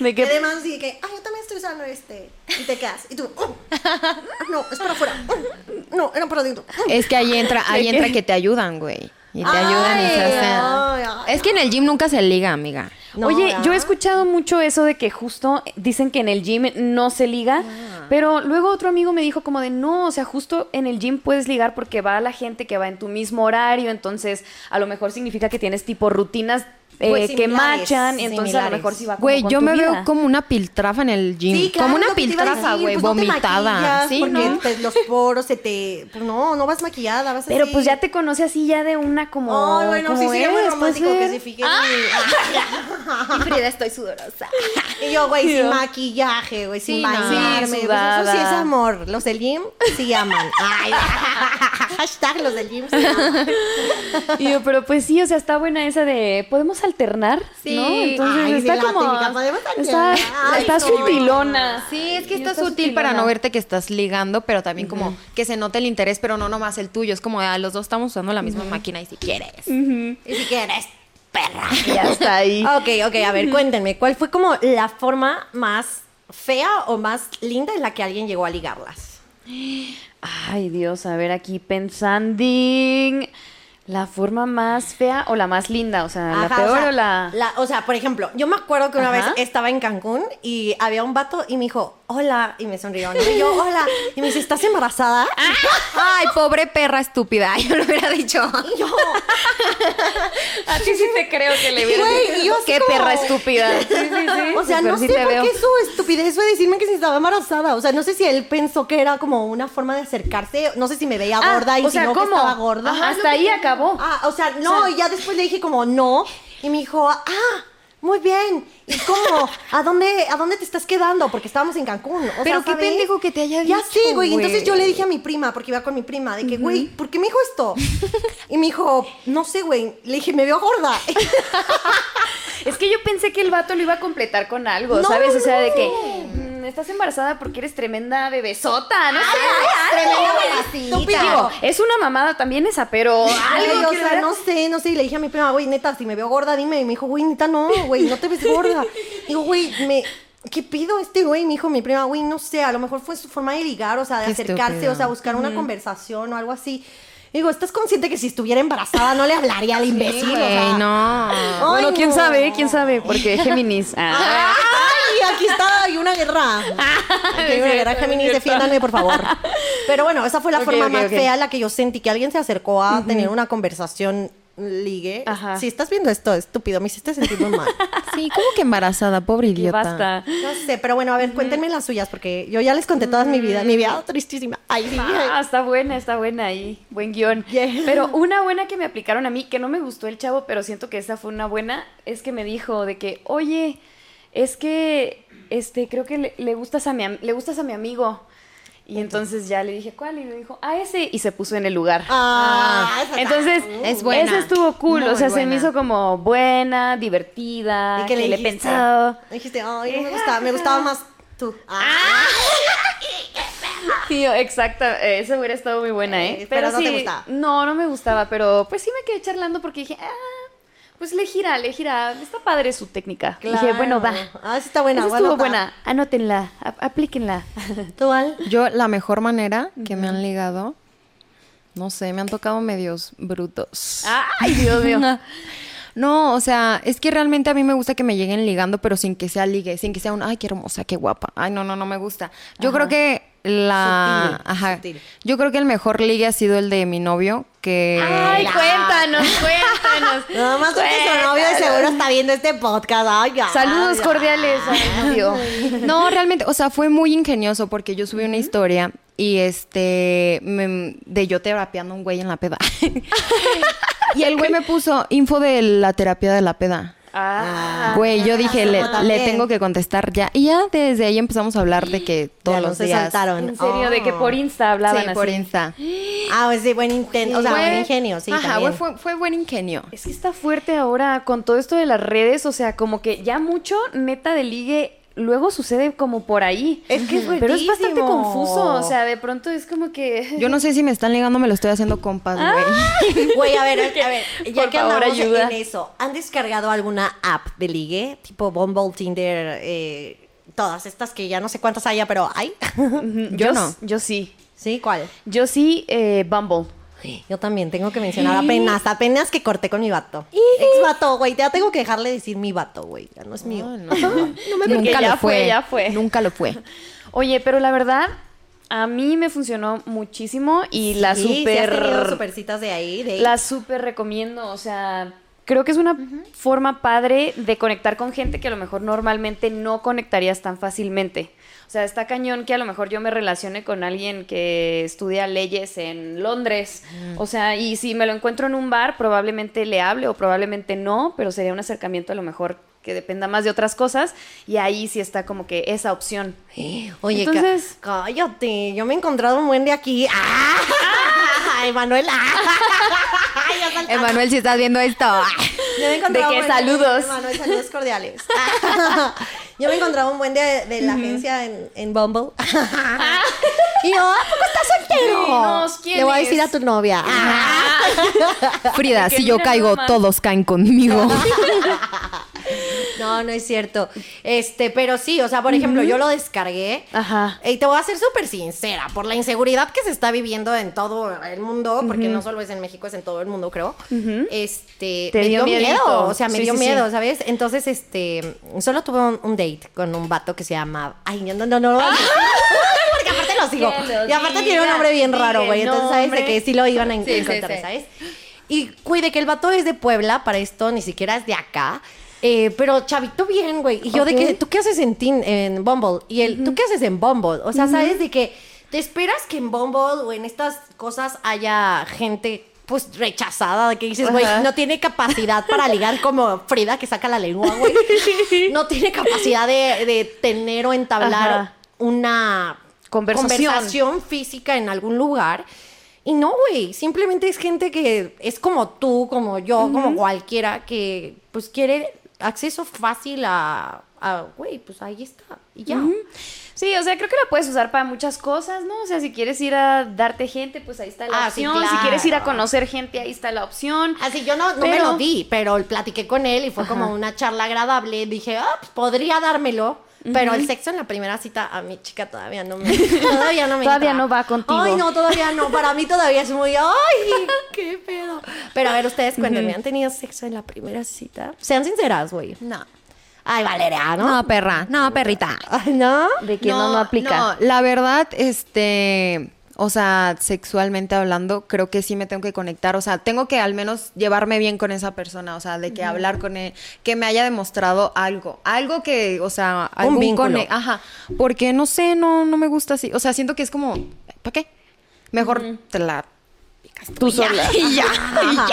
Speaker 7: De que-
Speaker 6: Y además dije que, ay, yo también estoy usando este. Y te quedas. Y tú, "Mm, no, es para afuera. Mm, no, era para adentro. Mm".
Speaker 5: Es que ahí entra, ahí
Speaker 7: ¿De qué?
Speaker 5: entra que te ayudan, güey. Y te
Speaker 6: Ay,
Speaker 5: ayudan y se
Speaker 6: ay,
Speaker 5: hacen.
Speaker 6: ay.
Speaker 5: Es que en el gym nunca se liga, amiga.
Speaker 6: No,
Speaker 7: Oye,
Speaker 6: ¿verdad?
Speaker 7: yo he escuchado mucho eso de que justo dicen que en el gym no se liga,
Speaker 6: Ah.
Speaker 7: pero luego otro amigo me dijo como de no, o sea, justo en el gym puedes ligar porque va la gente que va en tu mismo horario, entonces a lo mejor significa que tienes tipo rutinas eh,
Speaker 6: Pues,
Speaker 7: que
Speaker 6: similares,
Speaker 7: machan, entonces a lo mejor
Speaker 6: similares.
Speaker 7: sí va como
Speaker 5: Güey,
Speaker 7: con
Speaker 5: yo
Speaker 7: tu
Speaker 5: me veo
Speaker 7: vida.
Speaker 5: como una piltrafa en el gym.
Speaker 6: Sí, claro,
Speaker 5: como una
Speaker 6: lo que te iba a
Speaker 5: piltrafa,
Speaker 6: decir,
Speaker 5: güey,
Speaker 6: pues, no te
Speaker 5: vomitada.
Speaker 6: maquillas
Speaker 5: sí,
Speaker 6: porque
Speaker 5: ¿no?
Speaker 6: te- los poros se te. Pues no, no vas maquillada, vas
Speaker 7: Pero
Speaker 6: así.
Speaker 7: pues ya te conoce así ya de una como
Speaker 6: Ay, bueno, sí,
Speaker 7: como
Speaker 6: sí, era muy
Speaker 7: eres, pues,
Speaker 6: romántico que
Speaker 7: ver.
Speaker 6: se fije en
Speaker 5: Ah.
Speaker 6: mi-
Speaker 5: Frida, estoy sudorosa.
Speaker 6: Y yo, güey, sin maquillaje, güey, sin
Speaker 5: Sí, no.
Speaker 6: bañarme. güey,
Speaker 7: Sí,
Speaker 6: Pues
Speaker 7: sudada.
Speaker 6: eso sí es amor. Los del gym sí aman. Ay, hashtag los del gym sí aman.
Speaker 7: Y yo, pero pues sí, o sea, está buena esa de podemos alternar,
Speaker 5: Sí.
Speaker 7: ¿no? Entonces
Speaker 6: Ay, sí,
Speaker 7: está
Speaker 6: la
Speaker 7: como
Speaker 6: típica, "Podemos
Speaker 7: está,
Speaker 6: alternar". Ay,
Speaker 7: está
Speaker 6: no.
Speaker 7: sutilona.
Speaker 5: Sí, es que
Speaker 7: Y
Speaker 5: estás
Speaker 7: está
Speaker 5: útil para
Speaker 7: sutilona.
Speaker 5: no verte que estás ligando, pero también como que se note el interés, pero no nomás el tuyo. Es como, ah, los dos estamos usando la misma máquina y si quieres.
Speaker 6: Y si quieres, perra.
Speaker 7: Ya está ahí.
Speaker 6: Ok, ok, a ver, cuéntenme, ¿cuál fue como la forma más fea o más linda en la que alguien llegó a ligarlas?
Speaker 7: Ay, Dios, a ver aquí pensando. La forma más fea o la más linda, o sea, la
Speaker 6: Ajá,
Speaker 7: peor o,
Speaker 6: sea,
Speaker 7: la...
Speaker 6: O sea, por ejemplo, yo me acuerdo que una
Speaker 7: Ajá.
Speaker 6: vez estaba en Cancún y había un vato y me dijo, hola, y me sonrió. ¿no? Y yo, hola. Y me dice, ¿estás embarazada?
Speaker 5: Ay, pobre perra estúpida. Yo lo hubiera dicho.
Speaker 6: Y yo,
Speaker 7: A ti sí te creo que le vieron.
Speaker 6: Güey, y yo así
Speaker 7: Qué
Speaker 6: como-
Speaker 7: perra estúpida. Sí, sí, sí.
Speaker 6: o sea,
Speaker 7: pero
Speaker 6: no
Speaker 7: sí
Speaker 6: sé
Speaker 7: te
Speaker 6: por
Speaker 7: veo.
Speaker 6: qué su estupidez fue decirme que si estaba embarazada. O sea, no sé si él pensó que era como una forma de acercarse. No sé si me veía
Speaker 7: Ah,
Speaker 6: gorda y
Speaker 7: o
Speaker 6: si
Speaker 7: sea,
Speaker 6: no, que
Speaker 7: ¿cómo?
Speaker 6: estaba gorda.
Speaker 7: Ajá, hasta ahí acabó.
Speaker 6: Ah, o sea, no, y ya después le dije como no. Y me dijo, ah, muy bien. ¿Y cómo? ¿A dónde, ¿A dónde te estás quedando? Porque estábamos en Cancún. O
Speaker 5: Pero
Speaker 6: sea,
Speaker 5: qué
Speaker 6: ¿sabes?
Speaker 5: pendejo que te haya
Speaker 6: Ya
Speaker 5: dicho,
Speaker 6: sí, güey.
Speaker 5: güey.
Speaker 6: Entonces yo le dije a mi prima, porque iba con mi prima, de que, güey, ¿por qué me dijo esto? y me dijo, no sé, güey. Le dije, me veo gorda.
Speaker 7: Es que yo pensé que el vato lo iba a completar con algo,
Speaker 6: No,
Speaker 7: ¿sabes? O sea, de
Speaker 6: no.
Speaker 7: que mm, estás embarazada porque eres tremenda bebesota, no sé.
Speaker 6: Tremenda
Speaker 7: Digo,
Speaker 6: mamacita.
Speaker 7: es una mamada también esa, pero
Speaker 6: Güey,
Speaker 7: algo
Speaker 6: o
Speaker 7: que
Speaker 6: sea, no sé, no sé. Y le dije a mi prima, güey, neta, si me veo gorda, dime. Y me dijo, güey, neta, no, güey, no te ves gorda. Digo, güey, me. ¿Qué pido este güey? Me dijo mi prima, güey, no sé, a lo mejor fue su forma de ligar, o sea, de
Speaker 5: Qué
Speaker 6: acercarse,
Speaker 5: estúpido.
Speaker 6: o sea, buscar una conversación o algo así. Digo, ¿estás consciente que si estuviera embarazada no le hablaría al imbécil? o sea?
Speaker 5: Güey, no.
Speaker 6: Ay,
Speaker 7: Bueno, quién
Speaker 6: no.
Speaker 7: sabe, quién sabe, porque Géminis. Ah.
Speaker 6: ¡Ay! Aquí está, hay una guerra. Aquí hay una guerra, Géminis, defiéndanme, por favor. Pero bueno, esa fue la
Speaker 7: Ok,
Speaker 6: forma
Speaker 7: ok,
Speaker 6: más
Speaker 7: ok.
Speaker 6: fea en la que yo sentí que alguien se acercó a tener una conversación ligue.
Speaker 7: Ajá.
Speaker 6: Si estás viendo esto, estúpido, me hiciste sentir muy mal.
Speaker 5: Sí, ¿cómo que embarazada? Pobre
Speaker 7: Y
Speaker 5: idiota.
Speaker 7: basta.
Speaker 6: No sé, pero bueno, a ver, cuéntenme las suyas, porque yo ya les conté toda mi vida. Mi vida tristísima. Ay, sí.
Speaker 7: Mm. Ah, está buena, está buena ahí. Buen guión.
Speaker 6: Yeah.
Speaker 7: Pero una buena que me aplicaron a mí, que no me gustó el chavo, pero siento que esa fue una buena, es que me dijo de que, oye, es que este, creo que le, le gustas a mi am- le gustas a mi amigo. Y entonces ya le dije, ¿cuál? Y me dijo, a ese. Y se puso en el lugar.
Speaker 6: Ah, esa está-
Speaker 7: Entonces,
Speaker 5: Es buena.
Speaker 7: esa estuvo cool.
Speaker 5: Muy
Speaker 7: o sea, se
Speaker 5: buena.
Speaker 7: me hizo como buena, divertida.
Speaker 6: ¿Y
Speaker 7: que
Speaker 6: qué
Speaker 7: le, he
Speaker 6: dijiste?
Speaker 7: pensado.
Speaker 6: Me dijiste, ay, no me gustaba, me gustaba más tú. Ah.
Speaker 7: Sí, exacto. eh, Esa hubiera estado muy buena, ¿eh?
Speaker 6: Eh, pero no te gustaba.
Speaker 7: No, no me gustaba, pero pues sí me quedé charlando porque dije, ah, pues le gira, le gira. Está padre su técnica. Dije, bueno, va.
Speaker 6: Ah, esa está buena,
Speaker 7: Esa
Speaker 6: voy a
Speaker 7: estuvo
Speaker 6: anotar.
Speaker 7: buena. Anótenla, a- aplíquenla.
Speaker 6: ¿Tú, Al?
Speaker 5: Yo, la mejor manera que me han ligado, no sé, me han tocado medios brutos.
Speaker 7: Ay, Dios mío.
Speaker 5: No, o sea, es que realmente a mí me gusta que me lleguen ligando, pero sin que sea ligue, sin que sea un, ay, qué hermosa, qué guapa. Ay, no, no, no me gusta. Yo creo que la...
Speaker 6: Sutil,
Speaker 5: ajá.
Speaker 6: sutil.
Speaker 5: Yo creo que el mejor ligue ha sido el de mi novio, que...
Speaker 7: Ay, cuéntanos, cuéntanos.
Speaker 6: Nada más porque su novio de seguro está viendo este podcast. Ay, ya.
Speaker 7: Saludos
Speaker 6: Ay,
Speaker 7: cordiales a mi novio.
Speaker 5: No, realmente, o sea, fue muy ingenioso porque yo subí una historia y este me- de yo terapeando a un güey en la peda. y el güey me puso info de la terapia de la peda.
Speaker 7: Ah.
Speaker 5: Güey, yo dije, le, le
Speaker 6: Como también.
Speaker 5: tengo que contestar ya. Y ya desde ahí empezamos a hablar de que todos
Speaker 6: Ya no
Speaker 5: los
Speaker 6: se
Speaker 5: días.
Speaker 6: saltaron.
Speaker 7: En serio, de que por Insta
Speaker 5: Sí,
Speaker 7: hablaban así.
Speaker 5: por Insta.
Speaker 6: Ah, pues sí, buen intento. O sea,
Speaker 5: Fue-
Speaker 6: buen ingenio, sí.
Speaker 5: Ajá, güey,
Speaker 6: también.
Speaker 5: fue, fue buen ingenio.
Speaker 7: Es que está fuerte ahora con todo esto de las redes, o sea, como que ya mucho neta de ligue luego sucede como por ahí.
Speaker 6: Es que es
Speaker 7: Pero es bastante
Speaker 6: buenísimo.
Speaker 7: confuso, o sea, de pronto es como que
Speaker 5: Yo no sé si me están ligando, me lo estoy haciendo compas, güey.
Speaker 6: Güey, a ver, a ver. Ya
Speaker 7: Por
Speaker 6: que
Speaker 7: favor,
Speaker 6: andamos
Speaker 7: ayuda.
Speaker 6: en eso, ¿han descargado alguna app de ligue? Tipo Bumble, Tinder, eh, todas estas que ya no sé cuántas haya, pero hay.
Speaker 7: yo,
Speaker 5: yo no.
Speaker 7: no, yo sí.
Speaker 6: ¿Sí? ¿Cuál?
Speaker 7: Yo sí eh, Bumble.
Speaker 6: Yo también tengo que mencionar apenas, apenas que corté con mi vato. Ex vato, güey. Ya tengo que dejarle decir mi vato, güey. Ya no es mío.
Speaker 7: Porque
Speaker 5: Nunca
Speaker 7: ya
Speaker 5: lo
Speaker 7: fue, ya fue.
Speaker 5: Nunca lo fue.
Speaker 7: Oye, pero la verdad a mí me funcionó muchísimo y la
Speaker 6: Sí, sí has tenido
Speaker 7: super
Speaker 6: supercitas de ahí. De...
Speaker 7: La súper recomiendo, o sea, creo que es una forma padre de conectar con gente que a lo mejor normalmente no conectarías tan fácilmente. O sea, está cañón que a lo mejor yo me relacione con alguien que estudia leyes en Londres. O sea, y si me lo encuentro en un bar, probablemente le hable o probablemente no, pero sería un acercamiento a lo mejor que dependa más de otras cosas. Y ahí sí está como que esa opción.
Speaker 6: Oye, ca-
Speaker 7: Entonces-
Speaker 6: cállate, yo me he encontrado un buen de aquí. ¡Ah! Ay, Manuel. ¡Ah! Ay, ya saltaste.
Speaker 5: Emanuel, si estás viendo esto.
Speaker 6: Yo me he encontrado
Speaker 7: ¿De
Speaker 6: un
Speaker 7: qué?
Speaker 6: buen
Speaker 7: Saludos.
Speaker 6: Manuel, saludos cordiales. yo me he encontrado un buen de, de la agencia en, en Bumble. y yo, "Ah, ¿a poco estás soltero?
Speaker 7: Ah. Dinos, ¿quién
Speaker 6: Le voy a
Speaker 7: es?
Speaker 6: decir a tu novia.
Speaker 5: Frida,
Speaker 7: Que
Speaker 5: si yo
Speaker 7: mira
Speaker 5: caigo,
Speaker 7: nomás.
Speaker 5: todos caen conmigo.
Speaker 6: No, no es cierto. Este, pero sí, o sea, por ejemplo, yo lo descargué.
Speaker 7: Ajá.
Speaker 6: Y te voy a ser súper sincera, por la inseguridad que se está viviendo en todo el mundo, porque no solo es en México, es en todo el mundo, creo. Este,
Speaker 7: Te
Speaker 6: me dio,
Speaker 7: dio miedito.
Speaker 6: miedo, o sea, me
Speaker 7: Sí,
Speaker 6: dio
Speaker 7: sí, sí.
Speaker 6: miedo, ¿sabes? Entonces, este, solo tuve un, un date con un vato que se llama, ay, no, no, no, no.
Speaker 7: Ah.
Speaker 6: Porque aparte lo sigo.
Speaker 7: Que lo
Speaker 6: Y aparte tiene un
Speaker 7: digas,
Speaker 6: nombre bien
Speaker 7: di
Speaker 6: raro,
Speaker 7: el
Speaker 6: güey. Entonces, ¿sabes? De
Speaker 7: nombre.
Speaker 6: que sí lo iban a en-
Speaker 5: Sí, sí,
Speaker 6: encontrar,
Speaker 5: sí.
Speaker 6: ¿sabes? Y cuide que el vato es de Puebla, para esto ni siquiera es de acá. Eh, pero chavito bien, güey. Y yo de que, ¿tú qué haces en, Tin- en Bumble? Y él, ¿tú qué haces en Bumble? O sea, ¿sabes? De que te esperas que en Bumble o en estas cosas haya gente pues rechazada, de que dices, güey, no tiene capacidad para ligar como Frida que saca la lengua, güey. No tiene capacidad de, de tener o entablar
Speaker 7: Ajá.
Speaker 6: una
Speaker 7: Conversación.
Speaker 6: conversación física en algún lugar. Y no, güey, simplemente es gente que es como tú, como yo, como cualquiera, que pues quiere acceso fácil a, a, güey, pues ahí está, y ya.
Speaker 7: Sí, o sea, creo que la puedes usar para muchas cosas, ¿no? O sea, si quieres ir a darte gente, pues ahí está la
Speaker 6: Ah, sí,
Speaker 7: opción. Si quieres ir a
Speaker 6: claro.
Speaker 7: conocer gente, ahí está la opción.
Speaker 6: Así yo no, no me
Speaker 7: Pero-
Speaker 6: lo di, pero platiqué con él y fue como una charla agradable. Dije, ah, pues, podría dármelo. Pero el sexo en la primera cita a mi chica todavía no me todavía no me
Speaker 7: Todavía no va contigo.
Speaker 6: Ay, no, todavía no. Para mí todavía es muy ay, qué pedo. Pero a ver, ustedes cuéntenme, ¿han tenido sexo en la primera cita? Sean sinceras, güey.
Speaker 5: No.
Speaker 6: Ay, Valeria, ¿no?
Speaker 5: No, Ah, perra. No, perrita.
Speaker 6: Ay, ¿no?
Speaker 7: De que no, no aplica.
Speaker 5: no, la verdad, este, o sea, sexualmente hablando, creo que sí me tengo que conectar, o sea, tengo que al menos llevarme bien con esa persona, o sea, de que hablar con él, que me haya demostrado algo, algo que, o sea, algún
Speaker 6: vínculo.
Speaker 5: cone- ajá, porque no sé, no, no me gusta así, o sea, siento que es como, ¿para qué? Mejor te la picas tú, sola. Y ya, y ya.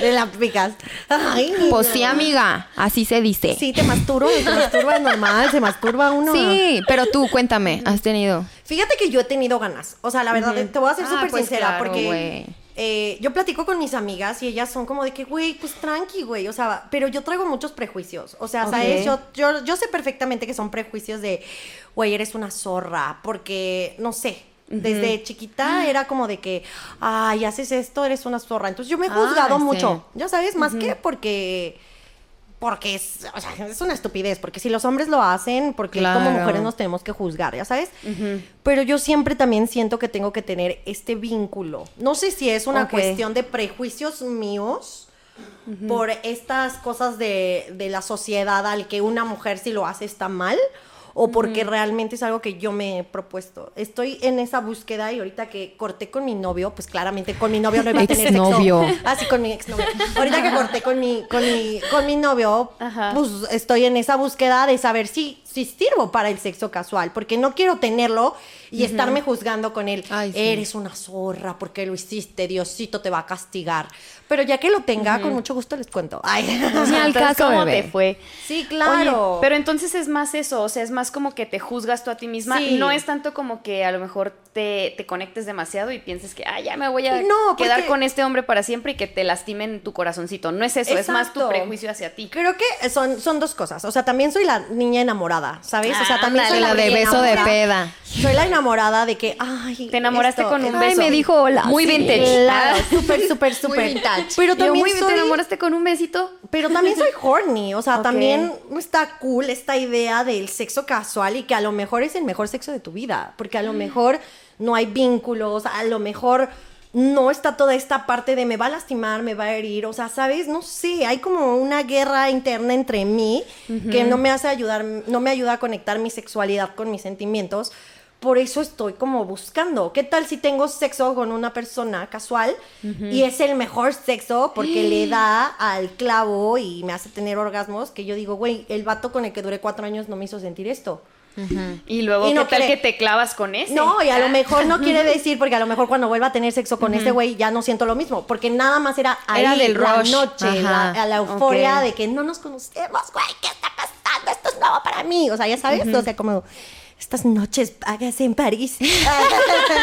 Speaker 6: De la picas. Ay,
Speaker 5: Pues sí,
Speaker 6: no.
Speaker 5: amiga, así se dice.
Speaker 6: Sí, te masturbo, se masturba es normal, se masturba uno.
Speaker 5: Sí, pero tú, cuéntame, ¿has tenido?
Speaker 6: Fíjate que yo he tenido ganas. O sea, la verdad, te voy a ser
Speaker 5: Ah,
Speaker 6: súper
Speaker 5: pues
Speaker 6: sincera
Speaker 5: claro,
Speaker 6: porque
Speaker 5: güey.
Speaker 6: eh, yo platico con mis amigas y ellas son como de que, güey, pues tranqui, güey. O sea, pero yo traigo muchos prejuicios. O sea, ¿sabes? Yo, yo, yo sé perfectamente que son prejuicios de, güey, eres una zorra porque, no sé. Desde
Speaker 5: Ah.
Speaker 6: chiquita era como de que, ay, haces esto, eres una zorra. Entonces yo me he juzgado
Speaker 5: Ah, sí.
Speaker 6: mucho, ya sabes, más que porque porque es, o sea, es una estupidez, porque si los hombres lo hacen, porque como
Speaker 5: Claro.
Speaker 6: mujeres nos tenemos que juzgar, ya sabes. Pero yo siempre también siento que tengo que tener este vínculo. No sé si es una
Speaker 7: Ok.
Speaker 6: cuestión de prejuicios míos por estas cosas de, de la sociedad al que una mujer si lo hace está mal. O porque realmente es algo que yo me he propuesto. Estoy en esa búsqueda y ahorita que corté con mi novio, pues claramente con mi novio no iba a tener sexo.
Speaker 5: Exnovio.
Speaker 6: Así con mi exnovio. Ahorita que corté con mi, con mi, con mi novio,
Speaker 7: Ajá.
Speaker 6: pues estoy en esa búsqueda de saber si, si sirvo para el sexo casual, porque no quiero tenerlo y estarme juzgando con él.
Speaker 5: Ay, sí.
Speaker 6: Eres una zorra, porque lo hiciste? Diosito te va a castigar. Pero ya que lo tenga, con mucho gusto les cuento. Ay.
Speaker 5: Ni al
Speaker 7: Entonces,
Speaker 5: caso,
Speaker 7: ¿Cómo
Speaker 5: bebé.
Speaker 7: te fue?
Speaker 6: Sí, claro.
Speaker 7: Oye, pero entonces es más eso, o sea, es más como que te juzgas tú a ti misma.
Speaker 6: Sí.
Speaker 7: No es tanto como que a lo mejor te, te conectes demasiado y pienses que, ah, ya me voy a
Speaker 6: No, porque-
Speaker 7: quedar con este hombre para siempre y que te lastimen tu corazoncito. No es eso, es más tu
Speaker 6: Exacto.
Speaker 7: prejuicio hacia ti.
Speaker 6: Creo que son, son dos cosas. O sea, también soy la niña enamorada, ¿sabes? o sea,
Speaker 7: Ah,
Speaker 6: también soy
Speaker 7: ándale,
Speaker 5: la
Speaker 6: la,
Speaker 5: de
Speaker 6: niña
Speaker 5: beso de
Speaker 6: enamorada.
Speaker 5: peda.
Speaker 6: Soy la enamorada de que, ay.
Speaker 7: Te enamoraste con un
Speaker 6: ay,
Speaker 7: beso.
Speaker 6: me dijo hola.
Speaker 7: Muy
Speaker 6: Sí,
Speaker 7: vintage.
Speaker 6: Claro,
Speaker 7: Ah.
Speaker 6: súper, súper, súper. Pero
Speaker 7: Yo,
Speaker 6: también
Speaker 7: muy bien,
Speaker 6: soy-
Speaker 7: ¿Te enamoraste con un besito?
Speaker 6: Pero también soy horny, o sea,
Speaker 7: Ok.
Speaker 6: también está cool esta idea del sexo casual y que a lo mejor es el mejor sexo de tu vida, porque a lo mejor no hay vínculos, a lo mejor no está toda esta parte de me va a lastimar, me va a herir, o sea, ¿sabes? No sé, hay como una guerra interna entre mí que no me hace ayudar, no me ayuda a conectar mi sexualidad con mis sentimientos. Por eso estoy como buscando. ¿Qué tal si tengo sexo con una persona casual y es el mejor sexo porque le da al clavo y me hace tener orgasmos? Que yo digo, güey, el vato con el que duré cuatro años no me hizo sentir esto.
Speaker 7: Y luego,
Speaker 6: Y no
Speaker 7: ¿qué tal
Speaker 6: quiere-
Speaker 7: que te clavas con ese? Ah.
Speaker 6: No, y a lo mejor no quiere decir, porque a lo mejor cuando vuelva a tener sexo con este güey ya no siento lo mismo, porque nada más era ahí
Speaker 5: Era del
Speaker 6: la
Speaker 5: rush.
Speaker 6: noche, la,
Speaker 5: Ajá.
Speaker 6: a la euforia
Speaker 7: Ok.
Speaker 6: de que no nos conocemos, güey, ¿qué está pasando? Esto es nuevo para mí. O sea, ya sabes, o sea, como estas noches vagas en París.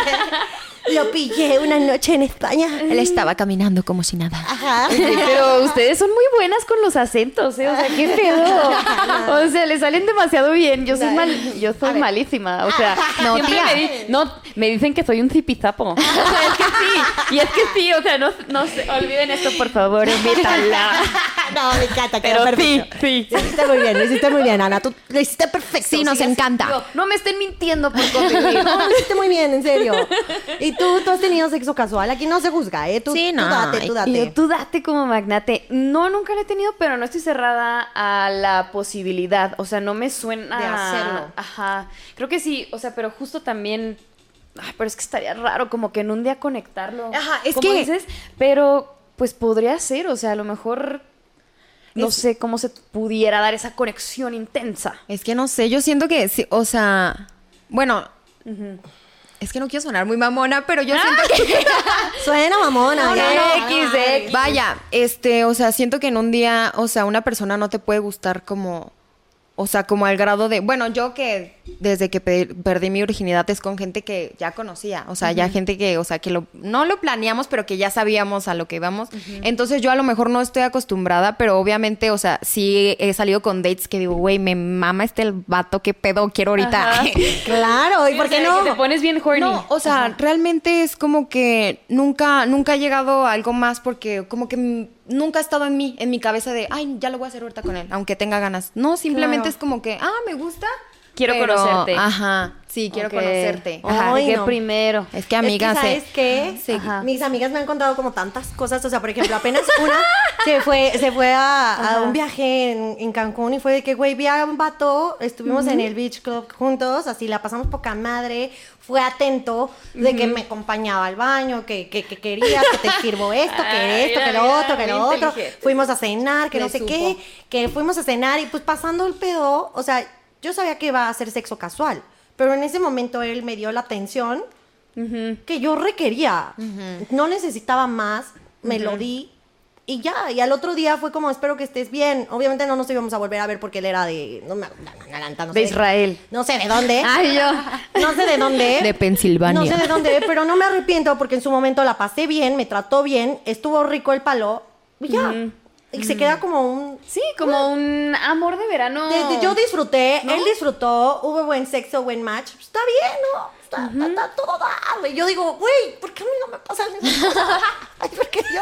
Speaker 6: lo pillé una noche en España.
Speaker 5: Él estaba caminando como si nada.
Speaker 6: Ajá.
Speaker 7: Sí, pero ustedes son muy buenas con los acentos, ¿eh? O sea, qué pedo. O sea, le salen demasiado bien. Yo soy mal, yo soy malísima. O sea,
Speaker 5: No,
Speaker 7: siempre
Speaker 5: tía.
Speaker 7: Me, di- no, me dicen que soy un zipizapo. O sea, es que sí. Y es que sí, o sea, no, no se- olviden esto, por favor, invítanla.
Speaker 9: No, me encanta, quedó
Speaker 7: Pero sí,
Speaker 9: perfecto.
Speaker 7: sí.
Speaker 9: Lo hiciste muy bien, lo hiciste muy bien, Ana. Tú lo hiciste perfecto.
Speaker 5: Sí, nos
Speaker 9: Sigue así.
Speaker 5: encanta.
Speaker 7: No me estén mintiendo por convivir.
Speaker 6: No, lo hiciste muy bien, en serio. Y tú, tú has tenido sexo casual. Aquí no se juzga, ¿eh? Tú,
Speaker 9: Sí, no,
Speaker 6: tú date, tú
Speaker 7: Y yo,
Speaker 6: date.
Speaker 7: tú date como magnate. No, nunca lo he tenido, pero no estoy cerrada a la posibilidad. O sea, no me suena.
Speaker 6: De hacerlo.
Speaker 7: Ajá. Creo que sí. O sea, pero justo también. Ay, pero es que estaría raro, como que en un día conectarlo.
Speaker 5: Ajá, es
Speaker 7: como
Speaker 5: que-
Speaker 7: dices, pero pues podría ser. O sea, a lo mejor. No sé cómo se pudiera dar esa conexión intensa.
Speaker 5: Es que no sé, yo siento que, sí, o sea, bueno, es que no quiero sonar muy mamona, pero yo siento que...
Speaker 6: Suena mamona.
Speaker 5: Ah. No, no,
Speaker 6: ¿eh?
Speaker 5: no.
Speaker 7: X, X.
Speaker 5: Vaya, este, o sea, siento que en un día, o sea, una persona no te puede gustar como, o sea, como al grado de, bueno, yo que desde que pe- perdí mi virginidad es con gente que ya conocía, o sea, ya gente que, o sea, que lo, no lo planeamos, pero que ya sabíamos a lo que íbamos. Entonces yo a lo mejor no estoy acostumbrada, pero obviamente, o sea, sí he salido con dates que digo, güey, me mama este el vato, qué pedo quiero ahorita.
Speaker 7: Ajá.
Speaker 6: Claro, ¿y por qué
Speaker 7: O sea, que
Speaker 6: no?
Speaker 7: Te pones bien horny.
Speaker 5: No, o sea, realmente es como que nunca, nunca he llegado a algo más porque como que mm, nunca ha estado en mí, en mi cabeza de, ay, ya lo voy a hacer ahorita con él, aunque tenga ganas. No, simplemente
Speaker 7: Claro.
Speaker 5: es como que, ah, me gusta.
Speaker 7: Quiero conocerte.
Speaker 5: Ajá, sí, quiero
Speaker 7: Ok.
Speaker 5: conocerte.
Speaker 7: Ajá,
Speaker 6: Ay,
Speaker 7: que
Speaker 6: no.
Speaker 7: primero.
Speaker 5: Es que amigas,
Speaker 6: es que, ¿sabes qué?
Speaker 5: Sí.
Speaker 6: Ajá. Mis amigas me han contado como tantas cosas. O sea, por ejemplo, apenas una se fue, se fue a, a un viaje en, en Cancún y fue de que, güey, vi a un vato, estuvimos en el Beach Club juntos, así la pasamos poca madre, fue atento de que me acompañaba al baño, que, que, que querías, que te sirvo esto, que
Speaker 7: Ah,
Speaker 6: esto, que
Speaker 7: mira,
Speaker 6: lo
Speaker 7: mira,
Speaker 6: otro, que lo
Speaker 7: muy
Speaker 6: otro.
Speaker 7: inteligente.
Speaker 6: Fuimos a cenar, que
Speaker 5: Le
Speaker 6: no sé
Speaker 5: supo.
Speaker 6: qué, que fuimos a cenar y pues pasando el pedo, o sea, yo sabía que iba a ser sexo casual. Pero en ese momento él me dio la atención que yo requería. No necesitaba más, me lo di y ya. Y al otro día fue como, espero que estés bien. Obviamente no nos íbamos a volver a ver porque él era de... No me adelanta, no sé
Speaker 7: De Israel.
Speaker 6: No sé de dónde.
Speaker 7: Ay, yo.
Speaker 6: No sé de dónde.
Speaker 5: De Pensilvania.
Speaker 6: No sé de dónde, pero no me arrepiento porque en su momento la pasé bien, me trató bien, estuvo rico el palo. Y ya. Y se queda como un...
Speaker 7: Sí, como un amor de verano.
Speaker 6: Desde yo disfruté, él disfrutó, hubo buen sexo, buen match. Pues, Está bien, ¿no? Está, está- está todo dado. Y yo digo, güey, ¿por qué a mí no me pasan esas cosas? Ay, ¿por qué yo?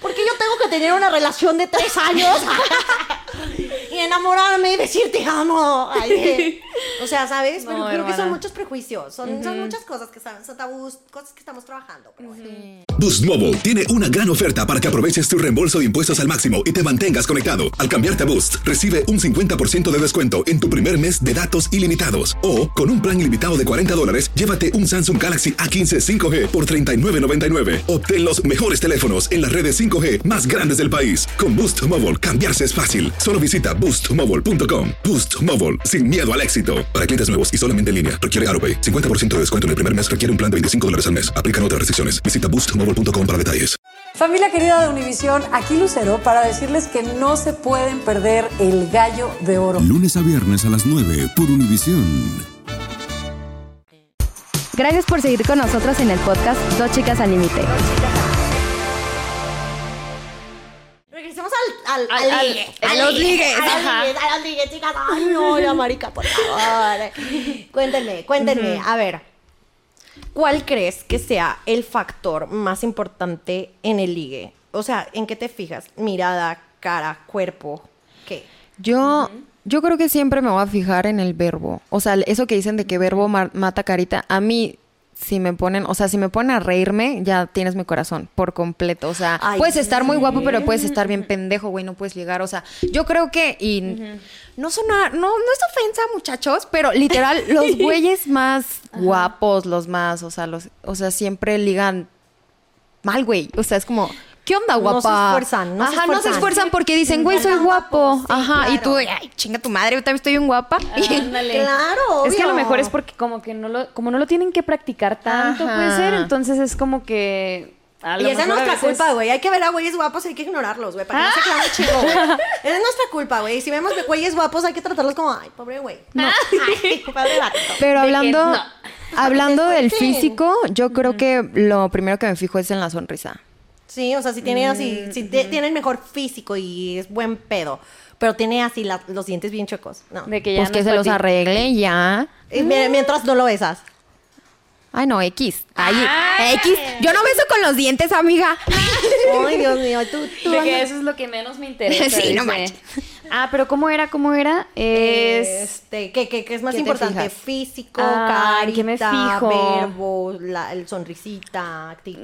Speaker 6: ¿Por qué yo tengo que tener una relación de tres años? y enamorarme y decir te amo. Ay, eh. o sea, ¿sabes? Pero
Speaker 7: No,
Speaker 6: creo que son
Speaker 7: hermana.
Speaker 6: muchos prejuicios. Son, son muchas cosas que saben, son tabús, cosas que estamos trabajando. Pero bueno.
Speaker 1: Boost Mobile tiene una gran oferta para que aproveches tu reembolso de impuestos al máximo y te mantengas conectado. Al cambiarte a Boost, recibe un 50% de descuento en tu primer mes de datos ilimitados. O, con un plan ilimitado de 40 dólares, llévate un Samsung Galaxy A15 5G por 39.99. Obtén los mejores teléfonos en las redes 5G más grandes del país. Con Boost Mobile, cambiarse es fácil. Solo visita boostmobile.com. Boost Mobile, sin miedo al éxito. Para clientes nuevos y solamente en línea, requiere AroPay. 50% de descuento en el primer mes requiere un plan de 25 dólares al mes. Aplican otras restricciones. Visita boostmobile.com para detalles.
Speaker 8: Familia querida de Univisión, aquí Lucero para decirles que no se pueden perder el gallo de oro.
Speaker 2: Lunes a viernes a las 9 por Univisión.
Speaker 4: Gracias por seguir con nosotros en el podcast Dos Chicas al Límite.
Speaker 6: Regresemos al, al,
Speaker 7: Al-
Speaker 6: al
Speaker 7: al-
Speaker 6: ligue.
Speaker 7: a
Speaker 6: al
Speaker 7: los
Speaker 6: ligue,
Speaker 7: ligues,
Speaker 6: A los
Speaker 7: ajá.
Speaker 6: ligues, a los ligues, chicas. Ay, no, la marica, por favor. cuéntenme, cuéntenme. A ver, ¿cuál crees que sea el factor más importante en el ligue? O sea, ¿en qué te fijas? Mirada, cara, cuerpo, ¿qué?
Speaker 5: Yo, yo creo que siempre me voy a fijar en el verbo. O sea, eso que dicen de que verbo mar- mata carita, a mí si me ponen, o sea, si me ponen a reírme, ya tienes mi corazón por completo. O sea,
Speaker 6: Ay,
Speaker 5: puedes estar muy
Speaker 6: sí.
Speaker 5: guapo, pero puedes estar bien pendejo, güey, no puedes ligar. O sea, yo creo que, y no sonar, no, no es ofensa, muchachos, pero literal, los güeyes más guapos, los más, o sea, los, o sea, siempre ligan mal, güey. O sea, es como, ¿qué onda,
Speaker 6: No se
Speaker 5: guapa?
Speaker 6: esfuerzan, no se
Speaker 5: Ajá, no se
Speaker 6: esfuerzan.
Speaker 5: esfuerzan porque dicen, güey, soy
Speaker 6: Están
Speaker 5: guapo.
Speaker 6: guapos, sí,
Speaker 5: Ajá, y tú,
Speaker 6: claro.
Speaker 5: ay, chinga tu madre, yo también estoy bien guapa.
Speaker 7: Ándale.
Speaker 6: Claro,
Speaker 7: Es que a lo
Speaker 6: obvio.
Speaker 7: mejor es porque como que no lo, como no lo tienen que practicar tanto,
Speaker 5: Ajá.
Speaker 7: puede ser, entonces es como que. a
Speaker 6: Y
Speaker 7: lo
Speaker 6: esa es
Speaker 7: mejor a
Speaker 6: nuestra
Speaker 7: veces- Ah.
Speaker 6: culpa, güey. Hay que ver a güeyes guapos y hay que ignorarlos, güey. Para que no se quedan chido, güey. Esa es nuestra culpa, güey. Si vemos güeyes guapos, hay que tratarlos como, ay, pobre güey. No.
Speaker 7: Ah.
Speaker 6: Ay, pobre vato.
Speaker 5: Pero
Speaker 7: De que
Speaker 5: hablando,
Speaker 7: no.
Speaker 5: hablando del
Speaker 6: Sí.
Speaker 5: físico, yo creo que lo primero que me fijo es en la sonrisa.
Speaker 6: Sí, o sea, si tiene así, si
Speaker 5: Mm,
Speaker 6: te- tiene el mejor físico y es buen pedo, pero tiene así la- los dientes bien chuecos. No.
Speaker 7: De que ya
Speaker 5: Pues
Speaker 7: no
Speaker 5: que
Speaker 7: es
Speaker 5: se
Speaker 7: pa'
Speaker 5: los
Speaker 7: ti.
Speaker 5: arregle ya.
Speaker 6: Y mi- mientras no lo besas.
Speaker 5: Ay, no, X. Ay, X. Yo no beso con los dientes, amiga.
Speaker 6: Ay, Dios mío, tú, tú.
Speaker 7: De que eso es lo que menos me interesa.
Speaker 5: Sí, no
Speaker 7: dice.
Speaker 5: manches.
Speaker 7: Ah, pero ¿cómo era? ¿Cómo era? Es...
Speaker 6: Este, ¿qué, qué, qué es más
Speaker 5: ¿Qué te
Speaker 6: importante?
Speaker 5: fijas?
Speaker 6: Físico,
Speaker 7: Ah,
Speaker 6: carita,
Speaker 7: ¿qué me fijo?
Speaker 6: verbo, la, el sonrisita, actitud.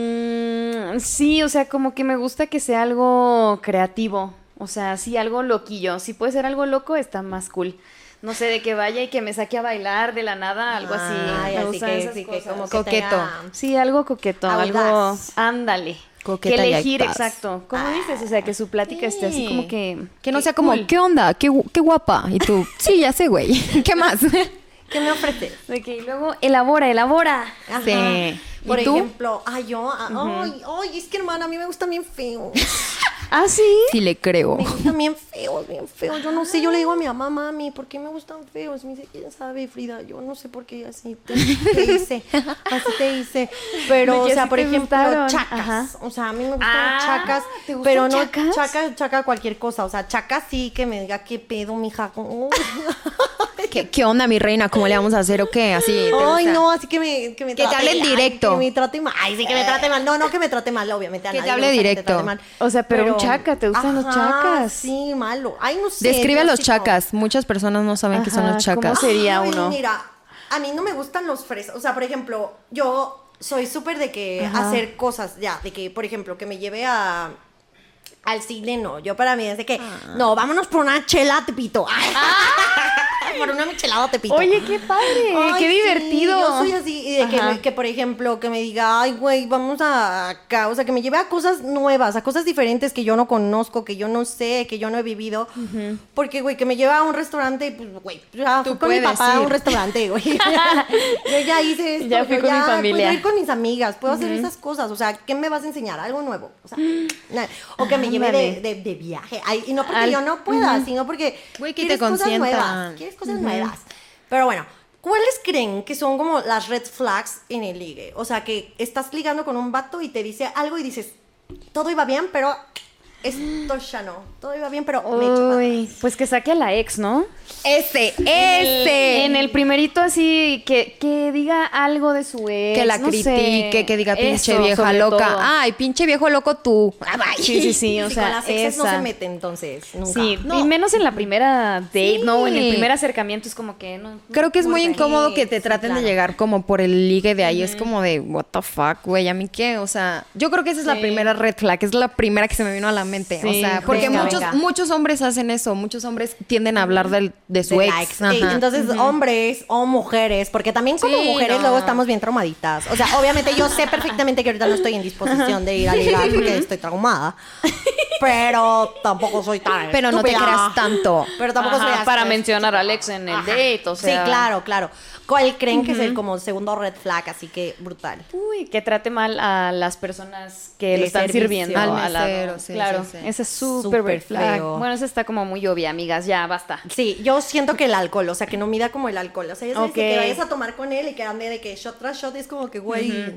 Speaker 7: Mm, sí, o sea, como que me gusta que sea algo creativo. O sea, sí, algo loquillo. Si puede ser algo loco, está más cool. No sé, de que vaya y que me saque a bailar de la nada, algo así.
Speaker 6: Ay,
Speaker 7: Me
Speaker 6: así
Speaker 7: gustan
Speaker 6: que-
Speaker 7: esas
Speaker 6: así que
Speaker 7: cosas.
Speaker 6: como que
Speaker 5: Coqueto.
Speaker 6: tenga-
Speaker 7: Sí, algo coqueto,
Speaker 6: Audaz.
Speaker 7: algo. Ándale.
Speaker 5: Coqueta
Speaker 7: que
Speaker 5: y
Speaker 7: elegir,
Speaker 5: audaz.
Speaker 7: exacto. ¿Cómo dices? O sea, que su plática esté así como que.
Speaker 5: Que no
Speaker 7: que
Speaker 5: sea como,
Speaker 7: cool.
Speaker 5: ¿qué onda? ¿Qué, gu- qué guapa? Y tú, sí, ya sé, güey. ¿Qué más?
Speaker 6: ¿Qué me ofreces?
Speaker 7: De que y luego elabora, elabora.
Speaker 6: Ajá.
Speaker 5: Sí.
Speaker 6: Por
Speaker 5: ¿Y tú?
Speaker 6: ejemplo, ay, yo, ah, ay, ay, es que hermana, a mí me gusta bien feo.
Speaker 7: Ah, sí.
Speaker 5: Sí, le creo.
Speaker 6: Me gustan bien feos, bien feos. Yo no sé, yo le digo a mi mamá, mami, ¿por qué me gustan feos? Me dice, ¿quién sabe, Frida? Yo no sé por qué así te, te hice, así te hice. Pero,
Speaker 7: De
Speaker 6: o
Speaker 7: que
Speaker 6: sea,
Speaker 7: así
Speaker 6: por
Speaker 7: te
Speaker 6: ejemplo,
Speaker 7: gustaron.
Speaker 6: chacas.
Speaker 7: Ajá.
Speaker 6: O sea, a mí me gustan
Speaker 7: Ah,
Speaker 6: chacas,
Speaker 7: ¿te gustan
Speaker 6: pero no
Speaker 7: chacas?
Speaker 6: chaca, chaca cualquier cosa. O sea, chacas sí que me diga, ¿qué pedo, mija? Uy.
Speaker 5: ¿Qué, qué onda, mi reina? ¿Cómo le vamos a hacer o qué? Así. ¿te
Speaker 7: Ah,
Speaker 6: Ay,
Speaker 5: gusta?
Speaker 6: no, así que me, que me
Speaker 5: Que te
Speaker 6: trate
Speaker 5: hable en
Speaker 6: mal,
Speaker 5: directo.
Speaker 6: Que me trate mal. Ay, sí, que me trate mal. No, no que me trate mal, obviamente. a
Speaker 5: Que te
Speaker 6: nadie
Speaker 5: hable
Speaker 6: le gusta
Speaker 5: directo.
Speaker 6: trate mal.
Speaker 7: O sea, pero un chaca, ¿te gustan los
Speaker 6: Ajá,
Speaker 7: chacas?
Speaker 6: Sí, malo. Ay, no sé.
Speaker 5: Describe a
Speaker 6: yo
Speaker 5: los
Speaker 6: sí como-
Speaker 5: chacas. Muchas personas no saben qué son
Speaker 7: Ajá,
Speaker 5: los chacas.
Speaker 7: ¿cómo sería
Speaker 6: Ay,
Speaker 7: uno?
Speaker 6: Mira, a mí no me gustan los fresas. O sea, por ejemplo, yo soy súper de que hacer cosas ya. De que, por ejemplo, que me lleve a. Al cine no, yo para mí es de que,
Speaker 5: Ah.
Speaker 6: no, vámonos por una chela, te pito. Ay, por una michelada, te pito.
Speaker 7: Oye, qué padre,
Speaker 6: Ay,
Speaker 7: qué
Speaker 6: sí,
Speaker 7: divertido.
Speaker 6: yo soy así, y de que,
Speaker 7: Ajá.
Speaker 6: me- que, por ejemplo, que me diga, ay, güey, vamos a acá. O sea, que me lleve a cosas nuevas, a cosas diferentes que yo no conozco, que yo no sé, que yo no he vivido. Porque, güey, que me lleve a un restaurante, y, pues, güey, ya
Speaker 5: Tú
Speaker 6: fui con mi
Speaker 5: puedes
Speaker 6: papá a un
Speaker 5: ir.
Speaker 6: restaurante, güey. yo ya hice esto.
Speaker 7: Ya fui
Speaker 6: yo
Speaker 7: con mi familia.
Speaker 6: Puedo ir con mis amigas, puedo hacer esas cosas. O sea, ¿qué me vas a enseñar? Algo nuevo. O sea, na- o que me lleve de,
Speaker 7: Ándale.
Speaker 6: de- de viaje. Ay, y no porque
Speaker 7: Al-
Speaker 6: yo no pueda, sino porque
Speaker 5: Güey, que te
Speaker 6: quieres cosas
Speaker 5: consientan.
Speaker 6: nuevas. Quieres cosas nuevas. Pero bueno, ¿cuáles creen que son como las red flags en el ligue? O sea, que estás ligando con un vato y te dice algo y dices, todo iba bien, pero esto ya no. Todo iba bien, pero me he hecho para atrás".
Speaker 7: Uy, pues que saque a la ex, ¿no?
Speaker 5: Ese, ese.
Speaker 7: En el primerito así, que, que diga algo de su ex.
Speaker 5: que la
Speaker 7: no sé.
Speaker 5: critique, que diga pinche
Speaker 7: Eso,
Speaker 5: vieja
Speaker 7: sobre
Speaker 5: loca. Ah,
Speaker 7: todo.
Speaker 5: Ay, pinche viejo loco tú. Ah, bye.
Speaker 7: Sí, sí, sí, o
Speaker 6: Sí,
Speaker 7: sea,
Speaker 6: con las exes no
Speaker 7: esa.
Speaker 6: se mete entonces, nunca.
Speaker 7: Sí, y menos en la primera date,
Speaker 5: Sí.
Speaker 7: no, en el primer acercamiento es como que no.
Speaker 5: Creo que es muy
Speaker 7: Sí,
Speaker 5: incómodo que te
Speaker 6: sí,
Speaker 5: traten
Speaker 6: claro.
Speaker 5: de llegar como por el ligue de ahí. Es como de, what the fuck, güey, ¿a mí qué? O sea, yo creo que esa es la primera red flag, es la primera que se me vino a la mente. o
Speaker 7: Sí,
Speaker 5: sea, porque
Speaker 7: venga,
Speaker 5: muchos,
Speaker 7: venga.
Speaker 5: muchos hombres hacen eso, muchos hombres tienden a hablar del, de su
Speaker 6: de
Speaker 5: ex.
Speaker 6: la ex. Ey,
Speaker 5: Ajá.
Speaker 6: Entonces, hombres o mujeres, porque también como
Speaker 5: Sí,
Speaker 6: mujeres
Speaker 5: no.
Speaker 6: luego estamos bien traumaditas. O sea, obviamente yo sé perfectamente que ahorita no estoy en disposición de ir a ligar porque estoy traumada. Pero tampoco soy tan
Speaker 5: Pero no te
Speaker 6: estúpida.
Speaker 5: creas tanto.
Speaker 6: Pero tampoco
Speaker 7: Ajá,
Speaker 6: soy así,
Speaker 7: para
Speaker 6: pues,
Speaker 7: mencionar
Speaker 6: chica.
Speaker 7: al ex en el
Speaker 6: Ajá.
Speaker 7: date, o sea.
Speaker 6: Sí, claro, claro. ¿Cuál creen que es el como segundo red flag? Así que brutal.
Speaker 7: Uy, que trate mal a las personas que
Speaker 6: De
Speaker 7: lo están
Speaker 6: servicio.
Speaker 7: sirviendo.
Speaker 5: Al
Speaker 7: a la-
Speaker 5: mesero, sí,
Speaker 7: Claro,
Speaker 5: sí, sí.
Speaker 7: ese es súper
Speaker 6: Súper
Speaker 7: red flag.
Speaker 6: feo.
Speaker 7: Bueno, esa está como muy obvia, amigas, ya basta.
Speaker 6: Sí, yo siento que el alcohol, o sea, que no mida como el alcohol. O sea, ya sabes de
Speaker 7: Ok.
Speaker 6: que vayas a tomar con él y que ande de que shot tras shot es como que, güey.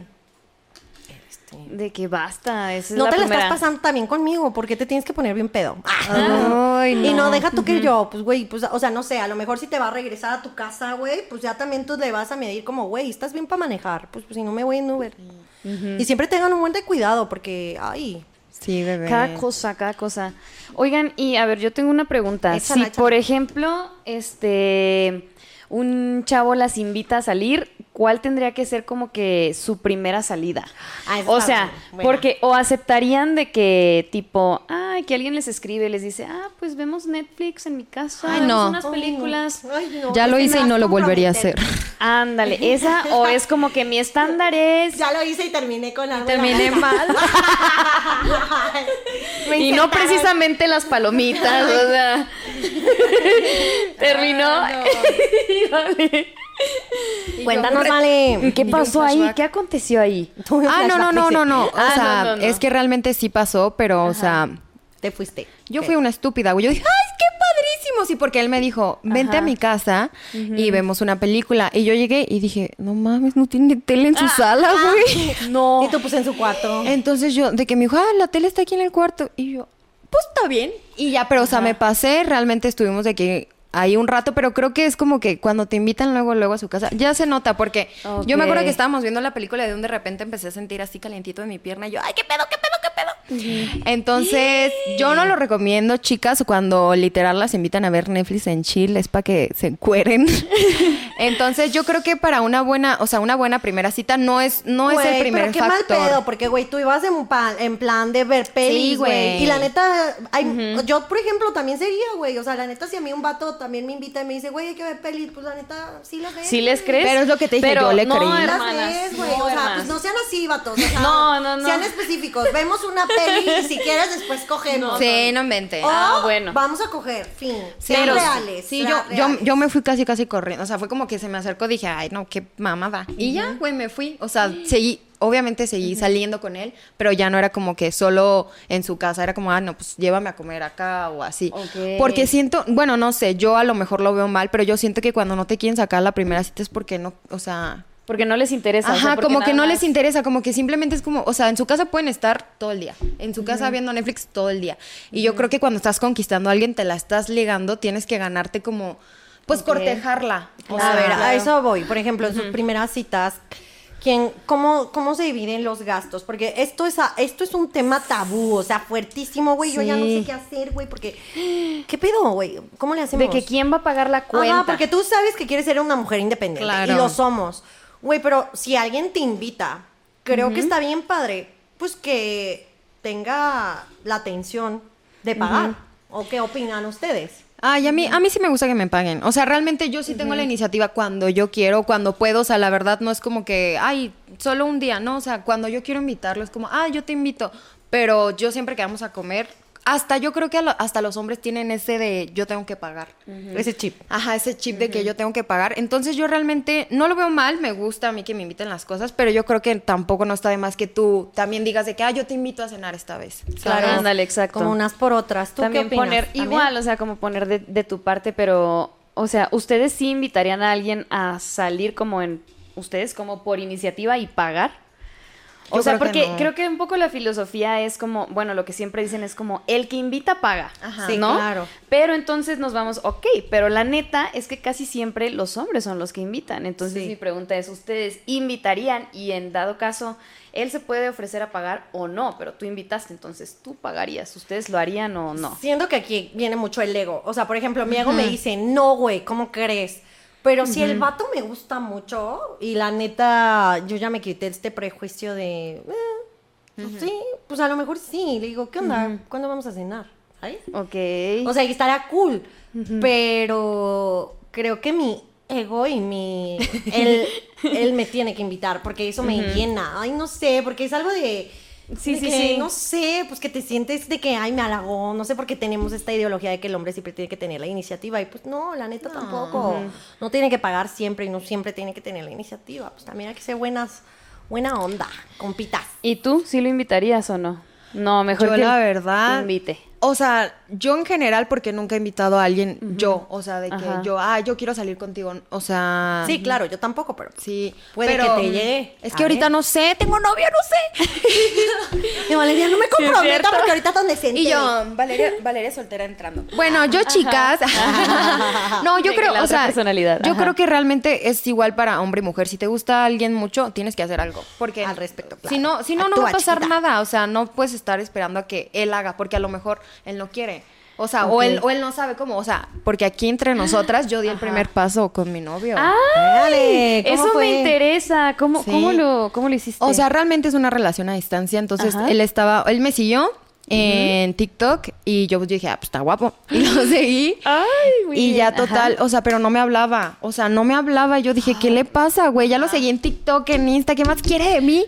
Speaker 7: De que basta, esa es
Speaker 6: no
Speaker 7: la
Speaker 6: te la
Speaker 7: primera.
Speaker 6: estás pasando también conmigo, porque te tienes que poner bien pedo.
Speaker 5: Ah. Ay,
Speaker 6: Y no, deja tú que yo, pues, güey, pues, o sea, no sé, a lo mejor si te va a regresar a tu casa, güey, pues ya también tú le vas a medir como, güey, estás bien para manejar, pues, pues, si no me voy en Uber. Y siempre tengan un buen de cuidado, porque, ay,
Speaker 5: Sí, bebé.
Speaker 7: Cada cosa, cada cosa. Oigan, y a ver, yo tengo una pregunta.
Speaker 6: Échala,
Speaker 7: si,
Speaker 6: échala.
Speaker 7: por ejemplo, este un chavo las invita a salir, ¿cuál tendría que ser como que su primera salida?
Speaker 6: Ah, esa
Speaker 7: o
Speaker 6: está
Speaker 7: sea,
Speaker 6: buena.
Speaker 7: porque o aceptarían de que tipo, ay, que alguien les escribe, les dice, "Ah, pues vemos Netflix en mi casa,
Speaker 5: Ay,
Speaker 7: vemos
Speaker 5: no.
Speaker 7: unas películas."
Speaker 6: ay, no,
Speaker 5: ya
Speaker 6: es
Speaker 5: lo
Speaker 6: que me
Speaker 5: hice y
Speaker 6: vas
Speaker 5: no lo volvería a hacer.
Speaker 6: comprometer.
Speaker 7: Ándale, esa o es como que mi estándar es
Speaker 6: Ya lo hice y terminé con algo. en la
Speaker 5: Terminé
Speaker 6: mesa.
Speaker 5: mal.
Speaker 6: Me
Speaker 7: Y no
Speaker 6: intentaron.
Speaker 7: precisamente las palomitas, o sea. Ah, Terminó. Y vale.
Speaker 6: Cuéntanos, vale.
Speaker 7: ¿Qué pasó ahí? ¿Qué aconteció ahí?
Speaker 5: Ah, no, no, no, no, no. O
Speaker 7: Ah,
Speaker 5: sea,
Speaker 7: no, no, no.
Speaker 5: es que realmente sí pasó, pero, o sea,
Speaker 6: Te fuiste.
Speaker 5: yo
Speaker 6: Ok.
Speaker 5: fui una estúpida. güey. Yo dije, ¡ay, qué padrísimo! Sí, porque él me dijo, vente a mi casa y vemos una película. Y yo llegué y dije, no mames, no tiene tele en su sala, güey.
Speaker 7: Ah, No.
Speaker 6: Y tú puse en su cuarto.
Speaker 5: Entonces yo, de que me dijo, ah, la tele está aquí en el cuarto. Y yo, pues está bien. Y ya, pero, o sea, me pasé, realmente estuvimos de que ahí un rato, pero creo que es como que cuando te invitan luego, luego a su casa, ya se nota, porque yo me acuerdo
Speaker 7: Ok.
Speaker 5: que estábamos viendo la película y de un de repente empecé a sentir así calientito en mi pierna y yo, ay, qué pedo, qué pedo, qué pedo. Entonces, yo no lo recomiendo, chicas, cuando literal las invitan a ver Netflix en chill, es para que se cueren. Entonces, yo creo que para una buena, o sea, una buena primera cita no es, no es el
Speaker 6: Güey,
Speaker 5: primer
Speaker 6: pero qué
Speaker 5: factor.
Speaker 6: mal pedo, porque, güey, tú ibas en, pa- en plan de ver pelis, güey.
Speaker 5: güey.
Speaker 6: y la neta, hay- yo, por ejemplo, también sería, güey. O sea, la neta, si a mí un vato también me invita y me dice, güey, hay que ver pelis, pues la neta, sí las ves.
Speaker 7: ¿Sí les
Speaker 6: güey.
Speaker 7: crees?
Speaker 5: Pero es lo que te dije,
Speaker 7: Pero
Speaker 5: yo le
Speaker 7: no,
Speaker 5: creí. Las
Speaker 7: hermanas,
Speaker 6: Las ves, güey.
Speaker 7: no,
Speaker 6: o sea,
Speaker 7: hermanas.
Speaker 6: pues no sean así, vatos. o sea,
Speaker 7: No, no, no.
Speaker 6: Sean específicos. Vemos una peli y si quieres, después cogemos.
Speaker 5: Sí, no mente.
Speaker 6: O
Speaker 7: Ah, bueno.
Speaker 6: vamos a coger, fin.
Speaker 5: Sí,
Speaker 6: Sean
Speaker 5: pero-
Speaker 6: reales.
Speaker 5: Sí,
Speaker 6: sean
Speaker 5: yo, yo,
Speaker 6: reales.
Speaker 5: yo me fui casi, casi corriendo. O sea, fue como que se me acercó, dije, ay, no, qué mamada. Y ya, güey, me fui. O sea, seguí, obviamente seguí saliendo con él, pero ya no era como que solo en su casa, era como, ah, no, pues llévame a comer acá o así.
Speaker 7: Ok.
Speaker 5: Porque siento, bueno, no sé, yo a lo mejor lo veo mal, pero yo siento que cuando no te quieren sacar a la primera cita es porque no, o sea,
Speaker 7: Porque no les interesa. o sea,
Speaker 5: Ajá,
Speaker 7: porque
Speaker 5: como que
Speaker 7: nada
Speaker 5: no
Speaker 7: más-
Speaker 5: les interesa, como que simplemente es como, o sea, en su casa pueden estar todo el día, en su casa viendo Netflix todo el día. Y yo creo que cuando estás conquistando a alguien, te la estás ligando, tienes que ganarte como, pues cortejarla. O
Speaker 6: a
Speaker 5: sea,
Speaker 6: ver,
Speaker 5: claro.
Speaker 6: a eso voy. Por ejemplo, en sus primeras citas, ¿quién, cómo, ¿cómo se dividen los gastos? Porque esto es, a- esto es un tema tabú, o sea, fuertísimo, güey. Yo ya no sé
Speaker 5: Sí.
Speaker 6: qué hacer, güey, porque... ¿Qué pedo, güey? ¿Cómo le hacemos?
Speaker 7: De que quién va a pagar la cuenta.
Speaker 6: Ajá, porque tú sabes que quieres ser una mujer independiente.
Speaker 5: Claro.
Speaker 6: Y lo somos. Güey, pero si alguien te invita, creo que está bien padre, pues que tenga la atención de pagar. ¿O qué opinan ustedes?
Speaker 5: Ay, a mí, a mí sí me gusta que me paguen. O sea, realmente yo sí tengo la iniciativa cuando yo quiero, cuando puedo. O sea, la verdad no es como que, ay, solo un día, ¿no? O sea, cuando yo quiero invitarlo es como, ah, yo te invito. Pero yo siempre que vamos a comer, hasta yo creo que a lo- hasta los hombres tienen ese de yo tengo que pagar.
Speaker 6: Ese chip.
Speaker 5: Ajá, ese chip de que yo tengo que pagar. Entonces yo realmente no lo veo mal, me gusta a mí que me inviten las cosas, pero yo creo que tampoco no está de más que tú también digas de que, ah, yo te invito a cenar esta vez.
Speaker 7: Claro.
Speaker 5: ¿sabes?
Speaker 7: Ándale, exacto.
Speaker 6: Como unas por otras. ¿Tú
Speaker 7: También
Speaker 6: qué opinas?
Speaker 7: poner,
Speaker 6: ¿También?
Speaker 7: igual, o sea, como poner de, de tu parte, pero, o sea, ¿ustedes sí invitarían a alguien a salir como en, ustedes como por iniciativa y pagar? O
Speaker 5: Yo
Speaker 7: sea,
Speaker 5: creo que
Speaker 7: porque
Speaker 5: no.
Speaker 7: creo que un poco la filosofía es como, bueno, lo que siempre dicen es como, el que invita paga,
Speaker 5: Ajá.
Speaker 6: Sí,
Speaker 7: ¿no?
Speaker 6: claro.
Speaker 7: Pero entonces nos vamos, ok, pero la neta es que casi siempre los hombres son los que invitan. Entonces
Speaker 5: Sí.
Speaker 7: mi pregunta es, ¿ustedes invitarían y en dado caso él se puede ofrecer a pagar o no? Pero tú invitaste, entonces tú pagarías. ¿Ustedes lo harían o no?
Speaker 6: Siento que aquí viene mucho el ego. O sea, por ejemplo, mi ego me dice, no, güey, ¿cómo crees? Pero si el vato me gusta mucho y la neta, yo ya me quité este prejuicio de, eh, pues sí, pues a lo mejor sí. Le digo, ¿qué onda? ¿Cuándo vamos a cenar? ¿Sabes?
Speaker 7: Ok.
Speaker 6: O sea, que estaría cool. Pero creo que mi ego y mi. Él, él me tiene que invitar porque eso me llena. Ay, no sé, porque es algo de.
Speaker 7: Sí,
Speaker 6: de
Speaker 7: sí,
Speaker 6: que,
Speaker 7: sí.
Speaker 6: No sé, pues que te sientes de que, ay, me halagó. No sé por qué tenemos esta ideología de que el hombre siempre tiene que tener la iniciativa. Y pues no, la neta tampoco. No tiene que pagar siempre y no siempre tiene que tener la iniciativa. Pues también hay que ser buenas, buena onda, compitas.
Speaker 7: ¿Y tú sí lo invitarías o no? No, mejor
Speaker 5: yo
Speaker 7: que
Speaker 5: la
Speaker 7: él
Speaker 5: verdad
Speaker 7: te invite.
Speaker 5: o sea yo en general porque nunca he invitado a alguien yo o sea de que
Speaker 7: Ajá.
Speaker 5: yo ah yo quiero salir contigo o sea
Speaker 6: Sí, claro, yo tampoco, pero.
Speaker 5: sí
Speaker 6: Puede que
Speaker 5: pero
Speaker 6: te llegue.
Speaker 5: es
Speaker 6: A
Speaker 5: que ahorita
Speaker 6: ver.
Speaker 5: no sé tengo novio no sé
Speaker 6: Y Valeria, no me
Speaker 7: es
Speaker 6: comprometa
Speaker 7: cierto.
Speaker 6: porque ahorita donde se
Speaker 5: y
Speaker 6: entere.
Speaker 5: yo Valeria Valeria soltera entrando bueno yo chicas no yo
Speaker 7: De que
Speaker 5: creo
Speaker 7: la
Speaker 5: o
Speaker 7: otra
Speaker 5: sea
Speaker 7: personalidad,
Speaker 5: yo
Speaker 7: ajá.
Speaker 5: creo que realmente es igual para hombre y mujer si te gusta alguien mucho tienes que hacer algo porque
Speaker 6: Al respecto,
Speaker 5: si
Speaker 6: claro.
Speaker 5: no si no no
Speaker 6: Actúa,
Speaker 5: va a pasar
Speaker 6: chiquita.
Speaker 5: nada o sea no puedes estar esperando a que él haga porque a lo mejor él no quiere o sea, o, él, o él no sabe cómo, o sea, porque aquí entre nosotras yo di el primer paso con mi novio.
Speaker 6: Dale, ¿cómo
Speaker 7: Eso
Speaker 6: fue?
Speaker 7: me interesa. ¿Cómo,
Speaker 5: Sí.
Speaker 7: cómo, lo, ¿Cómo lo hiciste?
Speaker 5: O sea, realmente es una relación a distancia. Entonces,
Speaker 7: Este. Ajá.
Speaker 5: él estaba, él me siguió en TikTok y yo dije, ah, pues está guapo. Y lo seguí.
Speaker 7: Ay, muy
Speaker 5: y
Speaker 7: bien,
Speaker 5: ya
Speaker 7: ajá.
Speaker 5: total, o sea, pero no me hablaba. O sea, no me hablaba. Yo dije, ¿qué le pasa, güey? Ya lo seguí en TikTok, en Insta, ¿qué más quiere de mí?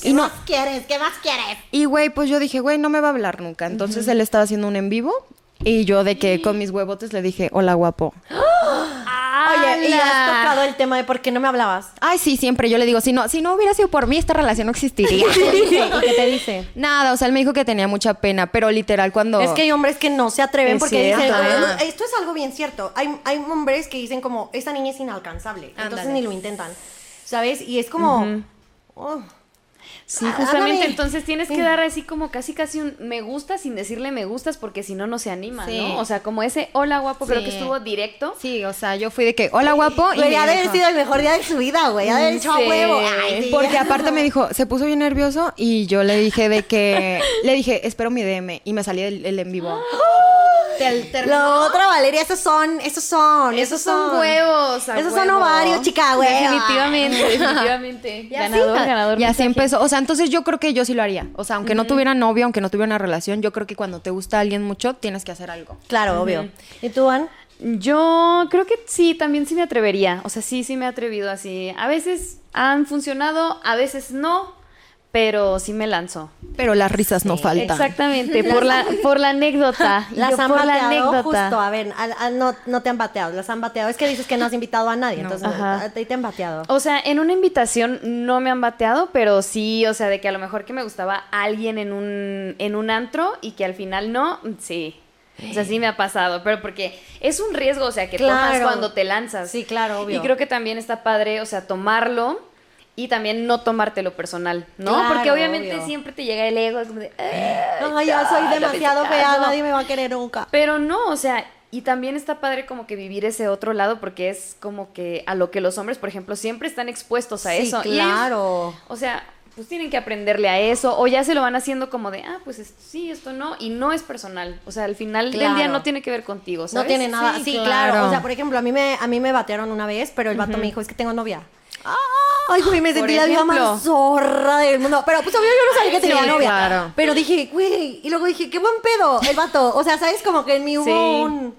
Speaker 6: ¿Qué
Speaker 5: Y no,
Speaker 6: más quieres? ¿Qué más quieres?
Speaker 5: y güey, pues yo dije, güey, no me va a hablar nunca. Entonces él estaba haciendo un en vivo y yo de que con mis huevotes le dije, hola guapo.
Speaker 6: Oye, y has tocado el tema de por qué no me hablabas.
Speaker 5: Ay, sí, siempre yo le digo, si no, si no hubiera sido por mí, esta relación no existiría.
Speaker 6: ¿Y qué te dice?
Speaker 5: Nada, o sea, él me dijo que tenía mucha pena, pero literal cuando...
Speaker 6: Es que hay hombres que no se atreven
Speaker 7: Es
Speaker 6: porque dicen,
Speaker 7: cierto,
Speaker 5: ¿eh?
Speaker 6: "Ay, esto es algo bien cierto. Hay, hay hombres que dicen como, esta niña es inalcanzable, entonces
Speaker 5: Ándale.
Speaker 6: ni lo intentan, ¿sabes? Y es como, oh,
Speaker 7: Sí,
Speaker 6: Ah,
Speaker 7: justamente.
Speaker 6: ándale.
Speaker 7: Entonces tienes que dar así como casi casi un me gusta sin decirle me gustas porque si no, no se anima,
Speaker 5: Sí.
Speaker 7: ¿no? O sea, como ese hola guapo, creo que
Speaker 5: Sí.
Speaker 7: estuvo directo.
Speaker 5: Sí, o sea, yo fui de que, hola guapo. Y me
Speaker 6: Debería haber
Speaker 5: dijo-
Speaker 6: sido ¿eh? el mejor día de su vida, güey. Ha de haber dicho "A
Speaker 7: Sí.
Speaker 6: huevo. Ay, sí.
Speaker 5: Porque aparte me dijo, se puso bien nervioso y yo le dije de que, le dije, espero mi DM y me salí del el en vivo. Del terno.
Speaker 6: Lo otro, Valeria, esos son, esos son, esos,
Speaker 7: Esos son huevos, a
Speaker 6: Esos son
Speaker 7: huevo.
Speaker 6: ovarios, chica, güey.
Speaker 7: Definitivamente, definitivamente. Ganador, ganador.
Speaker 5: Y así empezó. O sea, entonces yo creo que yo sí lo haría. O sea, aunque no tuviera novio, aunque no tuviera una relación, yo creo que cuando te gusta alguien mucho, tienes que hacer algo.
Speaker 6: Claro, obvio. ¿Y tú, Ann?
Speaker 7: Yo creo que sí, también sí me atrevería. O sea, sí, sí me he atrevido así. A veces han funcionado, a veces no, pero sí me lanzo.
Speaker 5: Pero las risas no faltan.
Speaker 7: Exactamente, por la, por la anécdota. y
Speaker 6: Las
Speaker 7: yo
Speaker 6: han
Speaker 7: por la
Speaker 6: bateado
Speaker 7: anécdota.
Speaker 6: justo, a ver, a- a- no, no te han bateado, las han bateado. Es que dices que no has invitado a nadie, entonces
Speaker 7: Ajá.
Speaker 6: a ti te han bateado.
Speaker 7: O sea, en una invitación no me han bateado, pero sí, o sea, de que a lo mejor que me gustaba alguien en un, en un antro y que al final no, sí. O sea, sí me ha pasado, pero porque es un riesgo, o sea, que tomas
Speaker 6: Claro.
Speaker 7: cuando te lanzas.
Speaker 6: Sí, claro, obvio.
Speaker 7: Y creo que también está padre, o sea, tomarlo y también no tomártelo personal, ¿no?
Speaker 6: Claro,
Speaker 7: porque obviamente
Speaker 6: obvio.
Speaker 7: siempre te llega el ego, es como de, "Ah,
Speaker 6: No, yo soy
Speaker 7: lo
Speaker 6: demasiado
Speaker 7: pensé, ah,
Speaker 6: fea,
Speaker 7: no".
Speaker 6: nadie me va a querer nunca.
Speaker 7: Pero no, o sea, y también está padre como que vivir ese otro lado porque es como que a lo que los hombres, por ejemplo, siempre están expuestos a
Speaker 6: Sí,
Speaker 7: eso. Y ellos,
Speaker 6: claro.
Speaker 7: o sea, pues tienen que aprenderle a eso o ya se lo van haciendo como de, ah, pues esto sí, esto no, y no es personal. O sea, al final del día
Speaker 6: Claro.
Speaker 7: no tiene que ver contigo, ¿sabes?
Speaker 6: No tiene nada. Sí,
Speaker 5: Sí,
Speaker 6: claro.
Speaker 5: claro.
Speaker 6: O sea, por ejemplo, a mí me, a mí me batearon una vez, pero el vato me dijo, es que tengo novia. Ay, güey, me
Speaker 7: Ah, Por
Speaker 6: sentí la vida
Speaker 7: ejemplo.
Speaker 6: más zorra del mundo. Pero pues obvio yo no sabía que tenía
Speaker 5: Sí,
Speaker 6: novia.
Speaker 5: claro.
Speaker 6: Pero dije, güey, y luego dije, qué buen pedo el vato. O sea, ¿sabes? Como que en mí hubo
Speaker 7: Sí.
Speaker 6: un,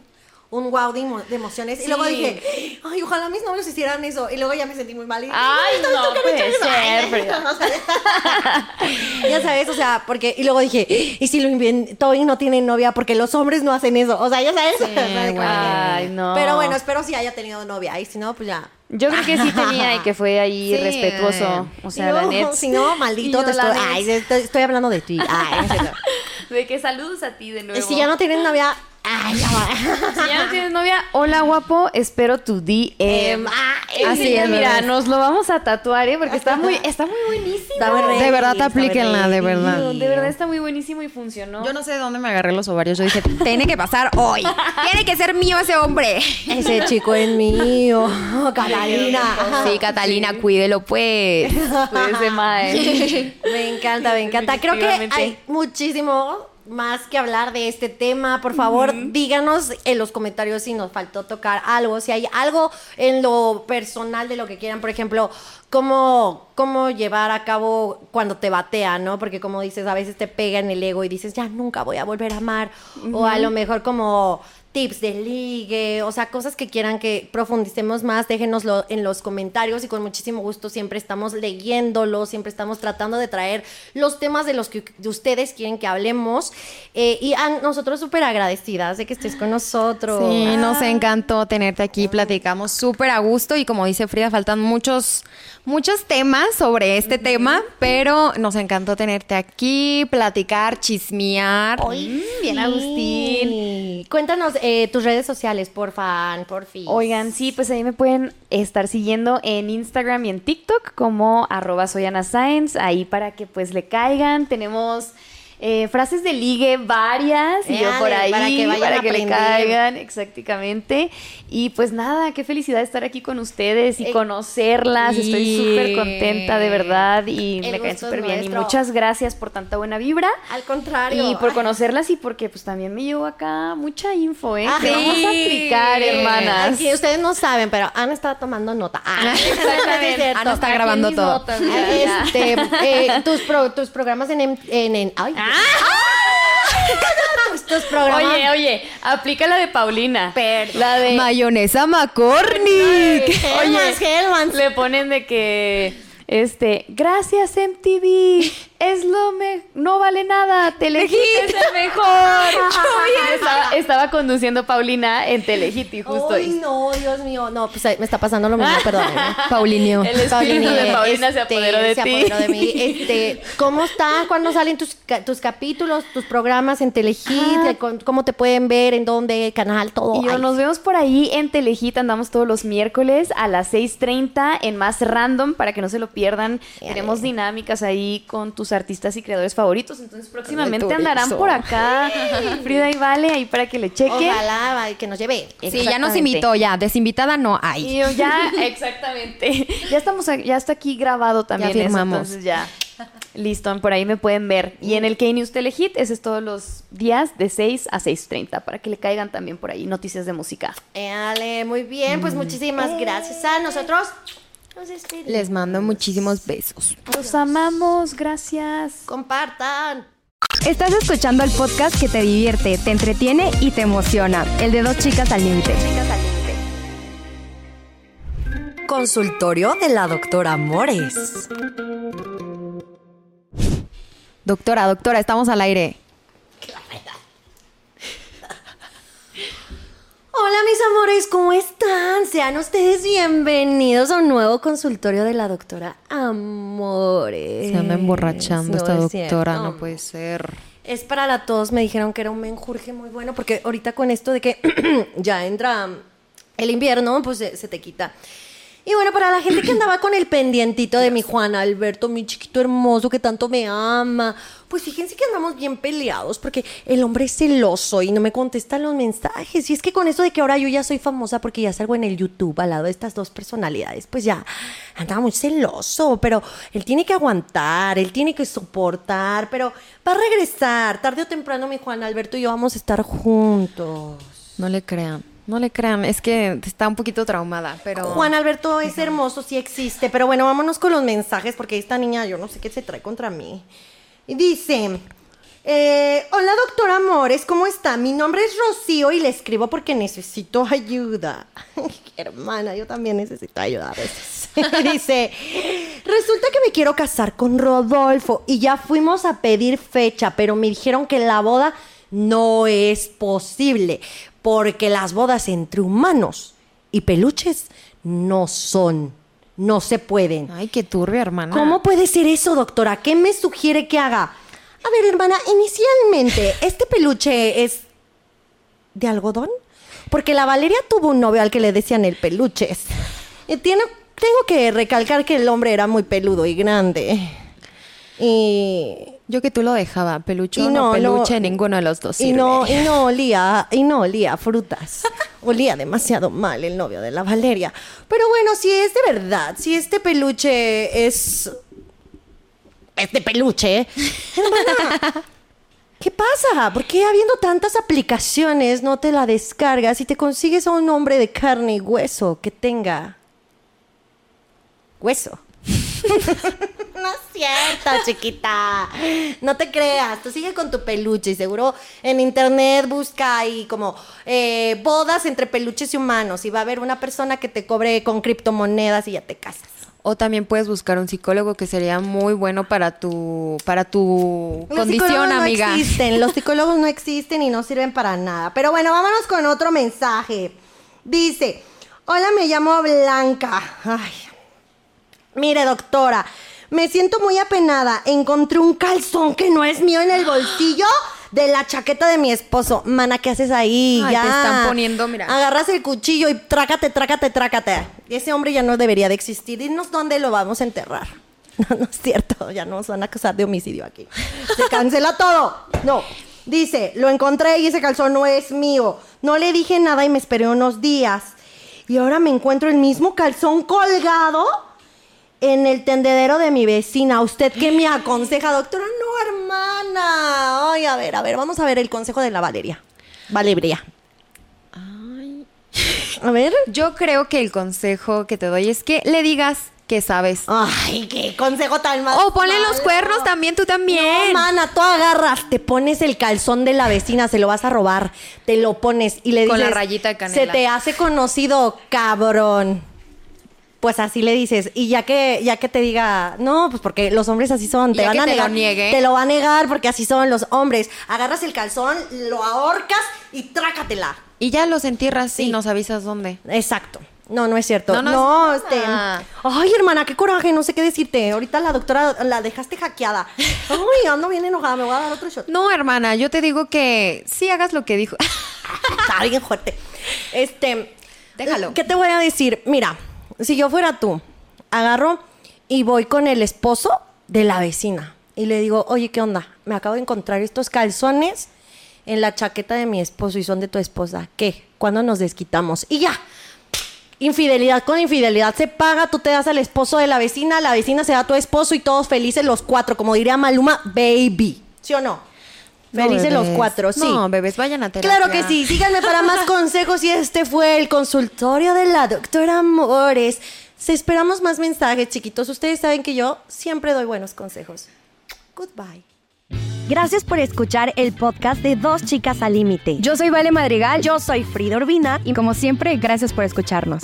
Speaker 6: un wow de, emo- de emociones. Y luego
Speaker 7: Sí.
Speaker 6: dije, ay, ojalá mis novios hicieran eso. Y luego ya me sentí muy mal. Y dije,
Speaker 7: Ay,
Speaker 6: esto- esto
Speaker 7: no
Speaker 6: que me
Speaker 7: puede
Speaker 6: echaron- Ay,
Speaker 7: ser, Frida.
Speaker 6: o sea, ya sabes, o sea, porque. Y luego dije, y si lo inventó y no tiene novia, porque los hombres no hacen eso. O sea, ya sabes. O sea, como que-
Speaker 7: Ay, no.
Speaker 6: Pero bueno, espero si haya tenido novia. Y si no, pues ya.
Speaker 7: Yo creo que sí tenía y que fue ahí
Speaker 5: Sí.
Speaker 7: respetuoso. O sea,
Speaker 6: Y
Speaker 7: la
Speaker 6: yo,
Speaker 7: net.
Speaker 6: Si no, maldito,
Speaker 7: Y yo,
Speaker 6: te
Speaker 7: la
Speaker 6: estoy.
Speaker 7: net.
Speaker 6: Ay, estoy, estoy hablando de ti. Ay, no es cierto.
Speaker 7: De que saludos a ti de nuevo.
Speaker 6: Y si ya no tienes novia. Ay, ya va.
Speaker 7: Si ya no tienes novia, hola guapo, espero tu DM.
Speaker 6: Em, Ay,
Speaker 5: Así
Speaker 7: Eh, Así
Speaker 5: es,
Speaker 7: mira,
Speaker 5: ¿verdad?
Speaker 7: nos lo vamos a tatuar, ¿eh? Porque está muy, está muy buenísimo.
Speaker 6: está muy ready,
Speaker 5: De verdad,
Speaker 6: está muy
Speaker 5: aplíquenla, de
Speaker 6: ready.
Speaker 5: verdad.
Speaker 7: De verdad está muy buenísimo y funcionó.
Speaker 5: Yo no sé de dónde me agarré los ovarios. Yo dije, tiene que pasar hoy. Tiene que ser mío ese hombre.
Speaker 6: Ese chico es mío. Catalina.
Speaker 5: Sí, Catalina, cuídelo pues.
Speaker 7: Pues, de mae.
Speaker 6: Me encanta, me encanta. Creo que
Speaker 7: Definitivamente.
Speaker 6: hay muchísimo más que hablar de este tema. Por favor, díganos en los comentarios si nos faltó tocar algo, si hay algo en lo personal de lo que quieran. Por ejemplo, cómo, cómo llevar a cabo cuando te batea, ¿no? Porque como dices, a veces te pega en el ego y dices, ya nunca voy a volver a amar. O a lo mejor como tips de ligue, o sea, cosas que quieran que profundicemos más, déjenoslo en los comentarios y con muchísimo gusto siempre estamos leyéndolos, siempre estamos tratando de traer los temas de los que de ustedes quieren que hablemos Eh, y a nosotros súper agradecidas de que estés con nosotros.
Speaker 5: Sí, nos encantó tenerte aquí. Platicamos súper a gusto y como dice Frida, faltan muchos, muchos temas sobre este tema, pero nos encantó tenerte aquí, platicar, chismear. Mm.
Speaker 7: Bien, Agustín.
Speaker 6: Agustín. Cuéntanos eh, tus redes sociales, por fan, por fin.
Speaker 7: Oigan, sí, pues ahí me pueden estar siguiendo en Instagram y en TikTok como arroba soy Ana Sáenz, ahí para que pues le caigan. Tenemos eh, frases de ligue varias y yo
Speaker 6: Vean,
Speaker 7: por ahí
Speaker 6: para que vayan
Speaker 7: para que le
Speaker 6: aprendiendo.
Speaker 7: caigan, exactamente. Y pues nada, qué felicidad estar aquí con ustedes y
Speaker 6: Eh,
Speaker 7: conocerlas. Estoy
Speaker 5: y-
Speaker 7: súper contenta de verdad y
Speaker 6: El
Speaker 7: me
Speaker 6: gusto
Speaker 7: caen
Speaker 6: es
Speaker 7: súper bien. Y
Speaker 6: nuestro.
Speaker 7: muchas gracias por tanta buena vibra.
Speaker 6: Al contrario.
Speaker 7: Y por conocerlas y porque pues también me llevo acá mucha info, ¿eh?
Speaker 6: Ah,
Speaker 7: Que vamos a
Speaker 5: sí.
Speaker 7: aplicar, hermanas.
Speaker 6: Aquí ustedes no saben, pero Ana está tomando nota. Ah, sí es
Speaker 7: Exactamente. Ah,
Speaker 6: cierto.
Speaker 5: Ana está grabando todo.
Speaker 6: Este, eh, tus, pro- tus programas en... em- en, en- ay, Pues tus programas...
Speaker 7: Ah. Oye, oye, aplica la de Paulina. La de.
Speaker 5: Mayonesa McCormick.
Speaker 6: Helmans, Helmans.
Speaker 7: Le ponen de que. Este, gracias MTV es lo mejor, no vale nada, Telehit es el mejor. estaba, estaba conduciendo Paulina en Telehit y justo
Speaker 6: Ay,
Speaker 7: y-
Speaker 6: no, Dios mío. No, pues ahí me está pasando lo mismo, ¿eh? perdónenme.
Speaker 5: Paulinio.
Speaker 7: El espíritu de Paulina se apoderó de
Speaker 6: este, se
Speaker 7: ti.
Speaker 6: apoderó de mí. Este, ¿Cómo estás? ¿Cuándo salen tus, ca- tus capítulos, tus programas en Telehit? ¿Con- ¿Cómo te pueden ver? ¿En dónde? ¿Canal? Todo.
Speaker 7: Ah. Y yo,
Speaker 6: Ay,
Speaker 7: nos vemos por ahí en Telehit, andamos todos los miércoles a las 6.30 en Más Random para que no se lo pierdan.
Speaker 6: Yale.
Speaker 7: Tenemos dinámicas ahí con tus artistas y creadores favoritos, entonces próximamente
Speaker 5: Ay,
Speaker 7: andarán
Speaker 5: turizo.
Speaker 7: por acá Frida y Vale ahí para que le chequen.
Speaker 6: Ojalá ay, que nos lleve.
Speaker 5: Sí, ya nos invitó, ya. Desinvitada no hay.
Speaker 7: Y yo ya, exactamente. Ya estamos, a- ya está aquí grabado también. eso,
Speaker 5: firmamos.
Speaker 7: entonces ya. Listo, por ahí me pueden ver. Y en el K-News Telehit, ese es todos los días de 6 a 6.30 para que le caigan también por ahí noticias de música.
Speaker 6: Eh, Ale, muy bien.
Speaker 5: Mm.
Speaker 6: Pues muchísimas gracias a nosotros. Nos despedimos.
Speaker 5: Les mando muchísimos besos.
Speaker 7: Los amamos, gracias.
Speaker 6: Compartan.
Speaker 4: Estás escuchando el podcast que te divierte, te entretiene y te emociona. El de dos chicas al límite.
Speaker 10: Consultorio de la doctora Mores.
Speaker 5: Doctora, doctora, estamos al aire.
Speaker 6: Hola mis amores, ¿cómo están? Sean ustedes bienvenidos a un nuevo consultorio de la doctora Amores.
Speaker 5: Se anda emborrachando
Speaker 6: No
Speaker 5: esta
Speaker 6: Eh, es
Speaker 5: doctora,
Speaker 6: cierto.
Speaker 5: no puede ser.
Speaker 6: Es para la tos, me dijeron que era un menjurje muy bueno, porque ahorita con esto de que ya entra el invierno, pues se, se te quita. Y bueno, para la gente que andaba con el pendientito de mi Juan Alberto, mi chiquito hermoso que tanto me ama, pues fíjense que andamos bien peleados porque el hombre es celoso y no me contesta los mensajes. Y es que con esto de que ahora yo ya soy famosa porque ya salgo en el YouTube al lado de estas dos personalidades, pues ya andaba muy celoso, pero él tiene que aguantar, él tiene que soportar, pero va a regresar. Tarde o temprano mi Juan Alberto y yo vamos a estar juntos.
Speaker 5: No le crean, no le crean. Es que está un poquito traumada, pero.
Speaker 6: Juan Alberto es hermoso, sí existe. Pero bueno, vámonos con los mensajes porque esta niña yo no sé qué se trae contra mí. Y Dice, eh, hola doctora Amores, ¿cómo está? Mi nombre es Rocío y le escribo porque necesito ayuda. Hermana, yo también necesito ayuda a veces. Dice, resulta que me quiero casar con Rodolfo y ya fuimos a pedir fecha, pero me dijeron que la boda no es posible porque las bodas entre humanos y peluches no son, no se pueden.
Speaker 5: Ay, qué turbia, hermana.
Speaker 6: ¿Cómo puede ser eso, doctora? ¿Qué me sugiere que haga? A ver, hermana, inicialmente, ¿este peluche es de algodón? Porque la Valeria tuvo un novio al que le decían el peluches. Y tiene- tengo que recalcar que el hombre era muy peludo y grande. Y
Speaker 5: Yo que tú lo dejaba, peluche o
Speaker 6: y
Speaker 5: no,
Speaker 6: no-
Speaker 5: peluche, ninguno de los dos.
Speaker 6: y no,
Speaker 5: sirve.
Speaker 6: y no olía, y no olía a frutas. Olía demasiado mal el novio de la Valeria. Pero bueno, si es de verdad, si este peluche es. Es de peluche. Hermana, ¿Qué pasa? ¿Por qué habiendo tantas aplicaciones no te la descargas y te consigues a un hombre de carne y hueso que tenga hueso? No es cierto, chiquita. No te creas. Tú sigue con tu peluche y seguro en internet busca ahí como eh, bodas entre peluches y humanos y va a haber una persona que te cobre con criptomonedas y ya te casas.
Speaker 5: O también puedes buscar un psicólogo que sería muy bueno para tu, para tu
Speaker 6: Los
Speaker 5: condición,
Speaker 6: psicólogos
Speaker 5: amiga.
Speaker 6: No existen, los psicólogos no existen y no sirven para nada. Pero bueno, vámonos con otro mensaje. Dice, hola, me llamo Blanca. Ay, mire, doctora, me siento muy apenada. Encontré un calzón que no es mío en el bolsillo. De la chaqueta de mi esposo. Mana, ¿qué haces ahí?
Speaker 5: Ay,
Speaker 6: ya.
Speaker 5: te están poniendo, mira.
Speaker 6: Agarras el cuchillo y trácate, trácate, trácate. Ese hombre ya no debería de existir. Dinos dónde lo vamos a enterrar. No, no es cierto. Ya no nos van a acusar de homicidio aquí. Se cancela todo. No. Dice, lo encontré y ese calzón no es mío. No le dije nada y me esperé unos días. Y ahora me encuentro el mismo calzón colgado en el tendedero de mi vecina. ¿Usted qué me aconseja, doctora? No, hermana. Ay, a ver, a ver, vamos a ver el consejo de la Valeria. Valeria. A ver.
Speaker 5: Yo creo que el consejo que te doy es que le digas que sabes.
Speaker 6: Ay, qué consejo tan mal.
Speaker 5: pues. o ponle los cuernos también, tú también.
Speaker 6: Hermana, tú agarras, te pones el calzón de la vecina, se lo vas a robar, te lo pones y le dices.
Speaker 5: Con la rayita de canela.
Speaker 6: Se te hace conocido, cabrón. pues así le dices. Y ya que, ya que te diga, no, pues porque los hombres así son, te
Speaker 5: Ya
Speaker 6: van
Speaker 5: que
Speaker 6: a
Speaker 5: te lo
Speaker 6: negar.
Speaker 5: niegue.
Speaker 6: Te lo va a negar porque así son los hombres. Agarras el calzón, lo ahorcas y trácatela.
Speaker 5: Y ya los entierras y nos avisas dónde.
Speaker 6: Exacto. No, no es cierto.
Speaker 5: No,
Speaker 6: No,
Speaker 5: no es-
Speaker 6: este.
Speaker 5: Ah.
Speaker 6: Ay, hermana, qué coraje, no sé qué decirte. Ahorita la doctora la dejaste hackeada. Ay, ando bien enojada, me voy a dar otro shot.
Speaker 5: No, hermana, yo te digo que sí hagas lo que dijo.
Speaker 6: Está bien fuerte. Este.
Speaker 5: Déjalo.
Speaker 6: ¿Qué te voy a decir? Mira, si yo fuera tú, agarro y voy con el esposo de la vecina y le digo, oye, ¿qué onda? Me acabo de encontrar estos calzones en la chaqueta de mi esposo y son de tu esposa. ¿Qué? ¿Cuándo nos desquitamos? Y ya. Infidelidad con infidelidad se paga, tú te das al esposo de la vecina, la vecina se da a tu esposo y todos felices los cuatro, como diría Maluma, baby. ¿Sí o no? Felices los
Speaker 5: bebés.
Speaker 6: cuatro, sí.
Speaker 5: No, bebés, vayan a terapia.
Speaker 6: Claro que sí. Síganme para más consejos y este fue el consultorio de la doctora Amores. Se esperamos más mensajes, chiquitos. Ustedes saben que yo siempre doy buenos consejos. Goodbye.
Speaker 10: Gracias por escuchar el podcast de Dos Chicas al Límite.
Speaker 4: Yo soy Vale Madrigal
Speaker 10: yo soy Frida Urbina
Speaker 4: y como siempre, gracias por escucharnos.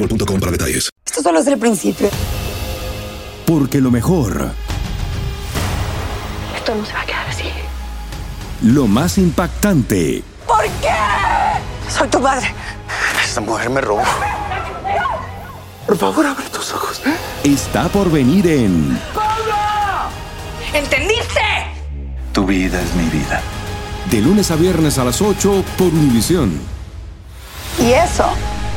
Speaker 1: para detalles.
Speaker 8: Esto solo es el principio.
Speaker 2: Porque lo mejor.
Speaker 11: Esto no se va a quedar así.
Speaker 2: Lo más impactante.
Speaker 11: ¿Por qué? Soy tu madre.
Speaker 3: Esta mujer me robó. Por favor, abre tus ojos.
Speaker 2: Está por venir en
Speaker 11: ¿Entendiste?
Speaker 3: Tu vida es mi vida.
Speaker 2: de lunes a viernes a las 8 por Univisión.
Speaker 11: Y eso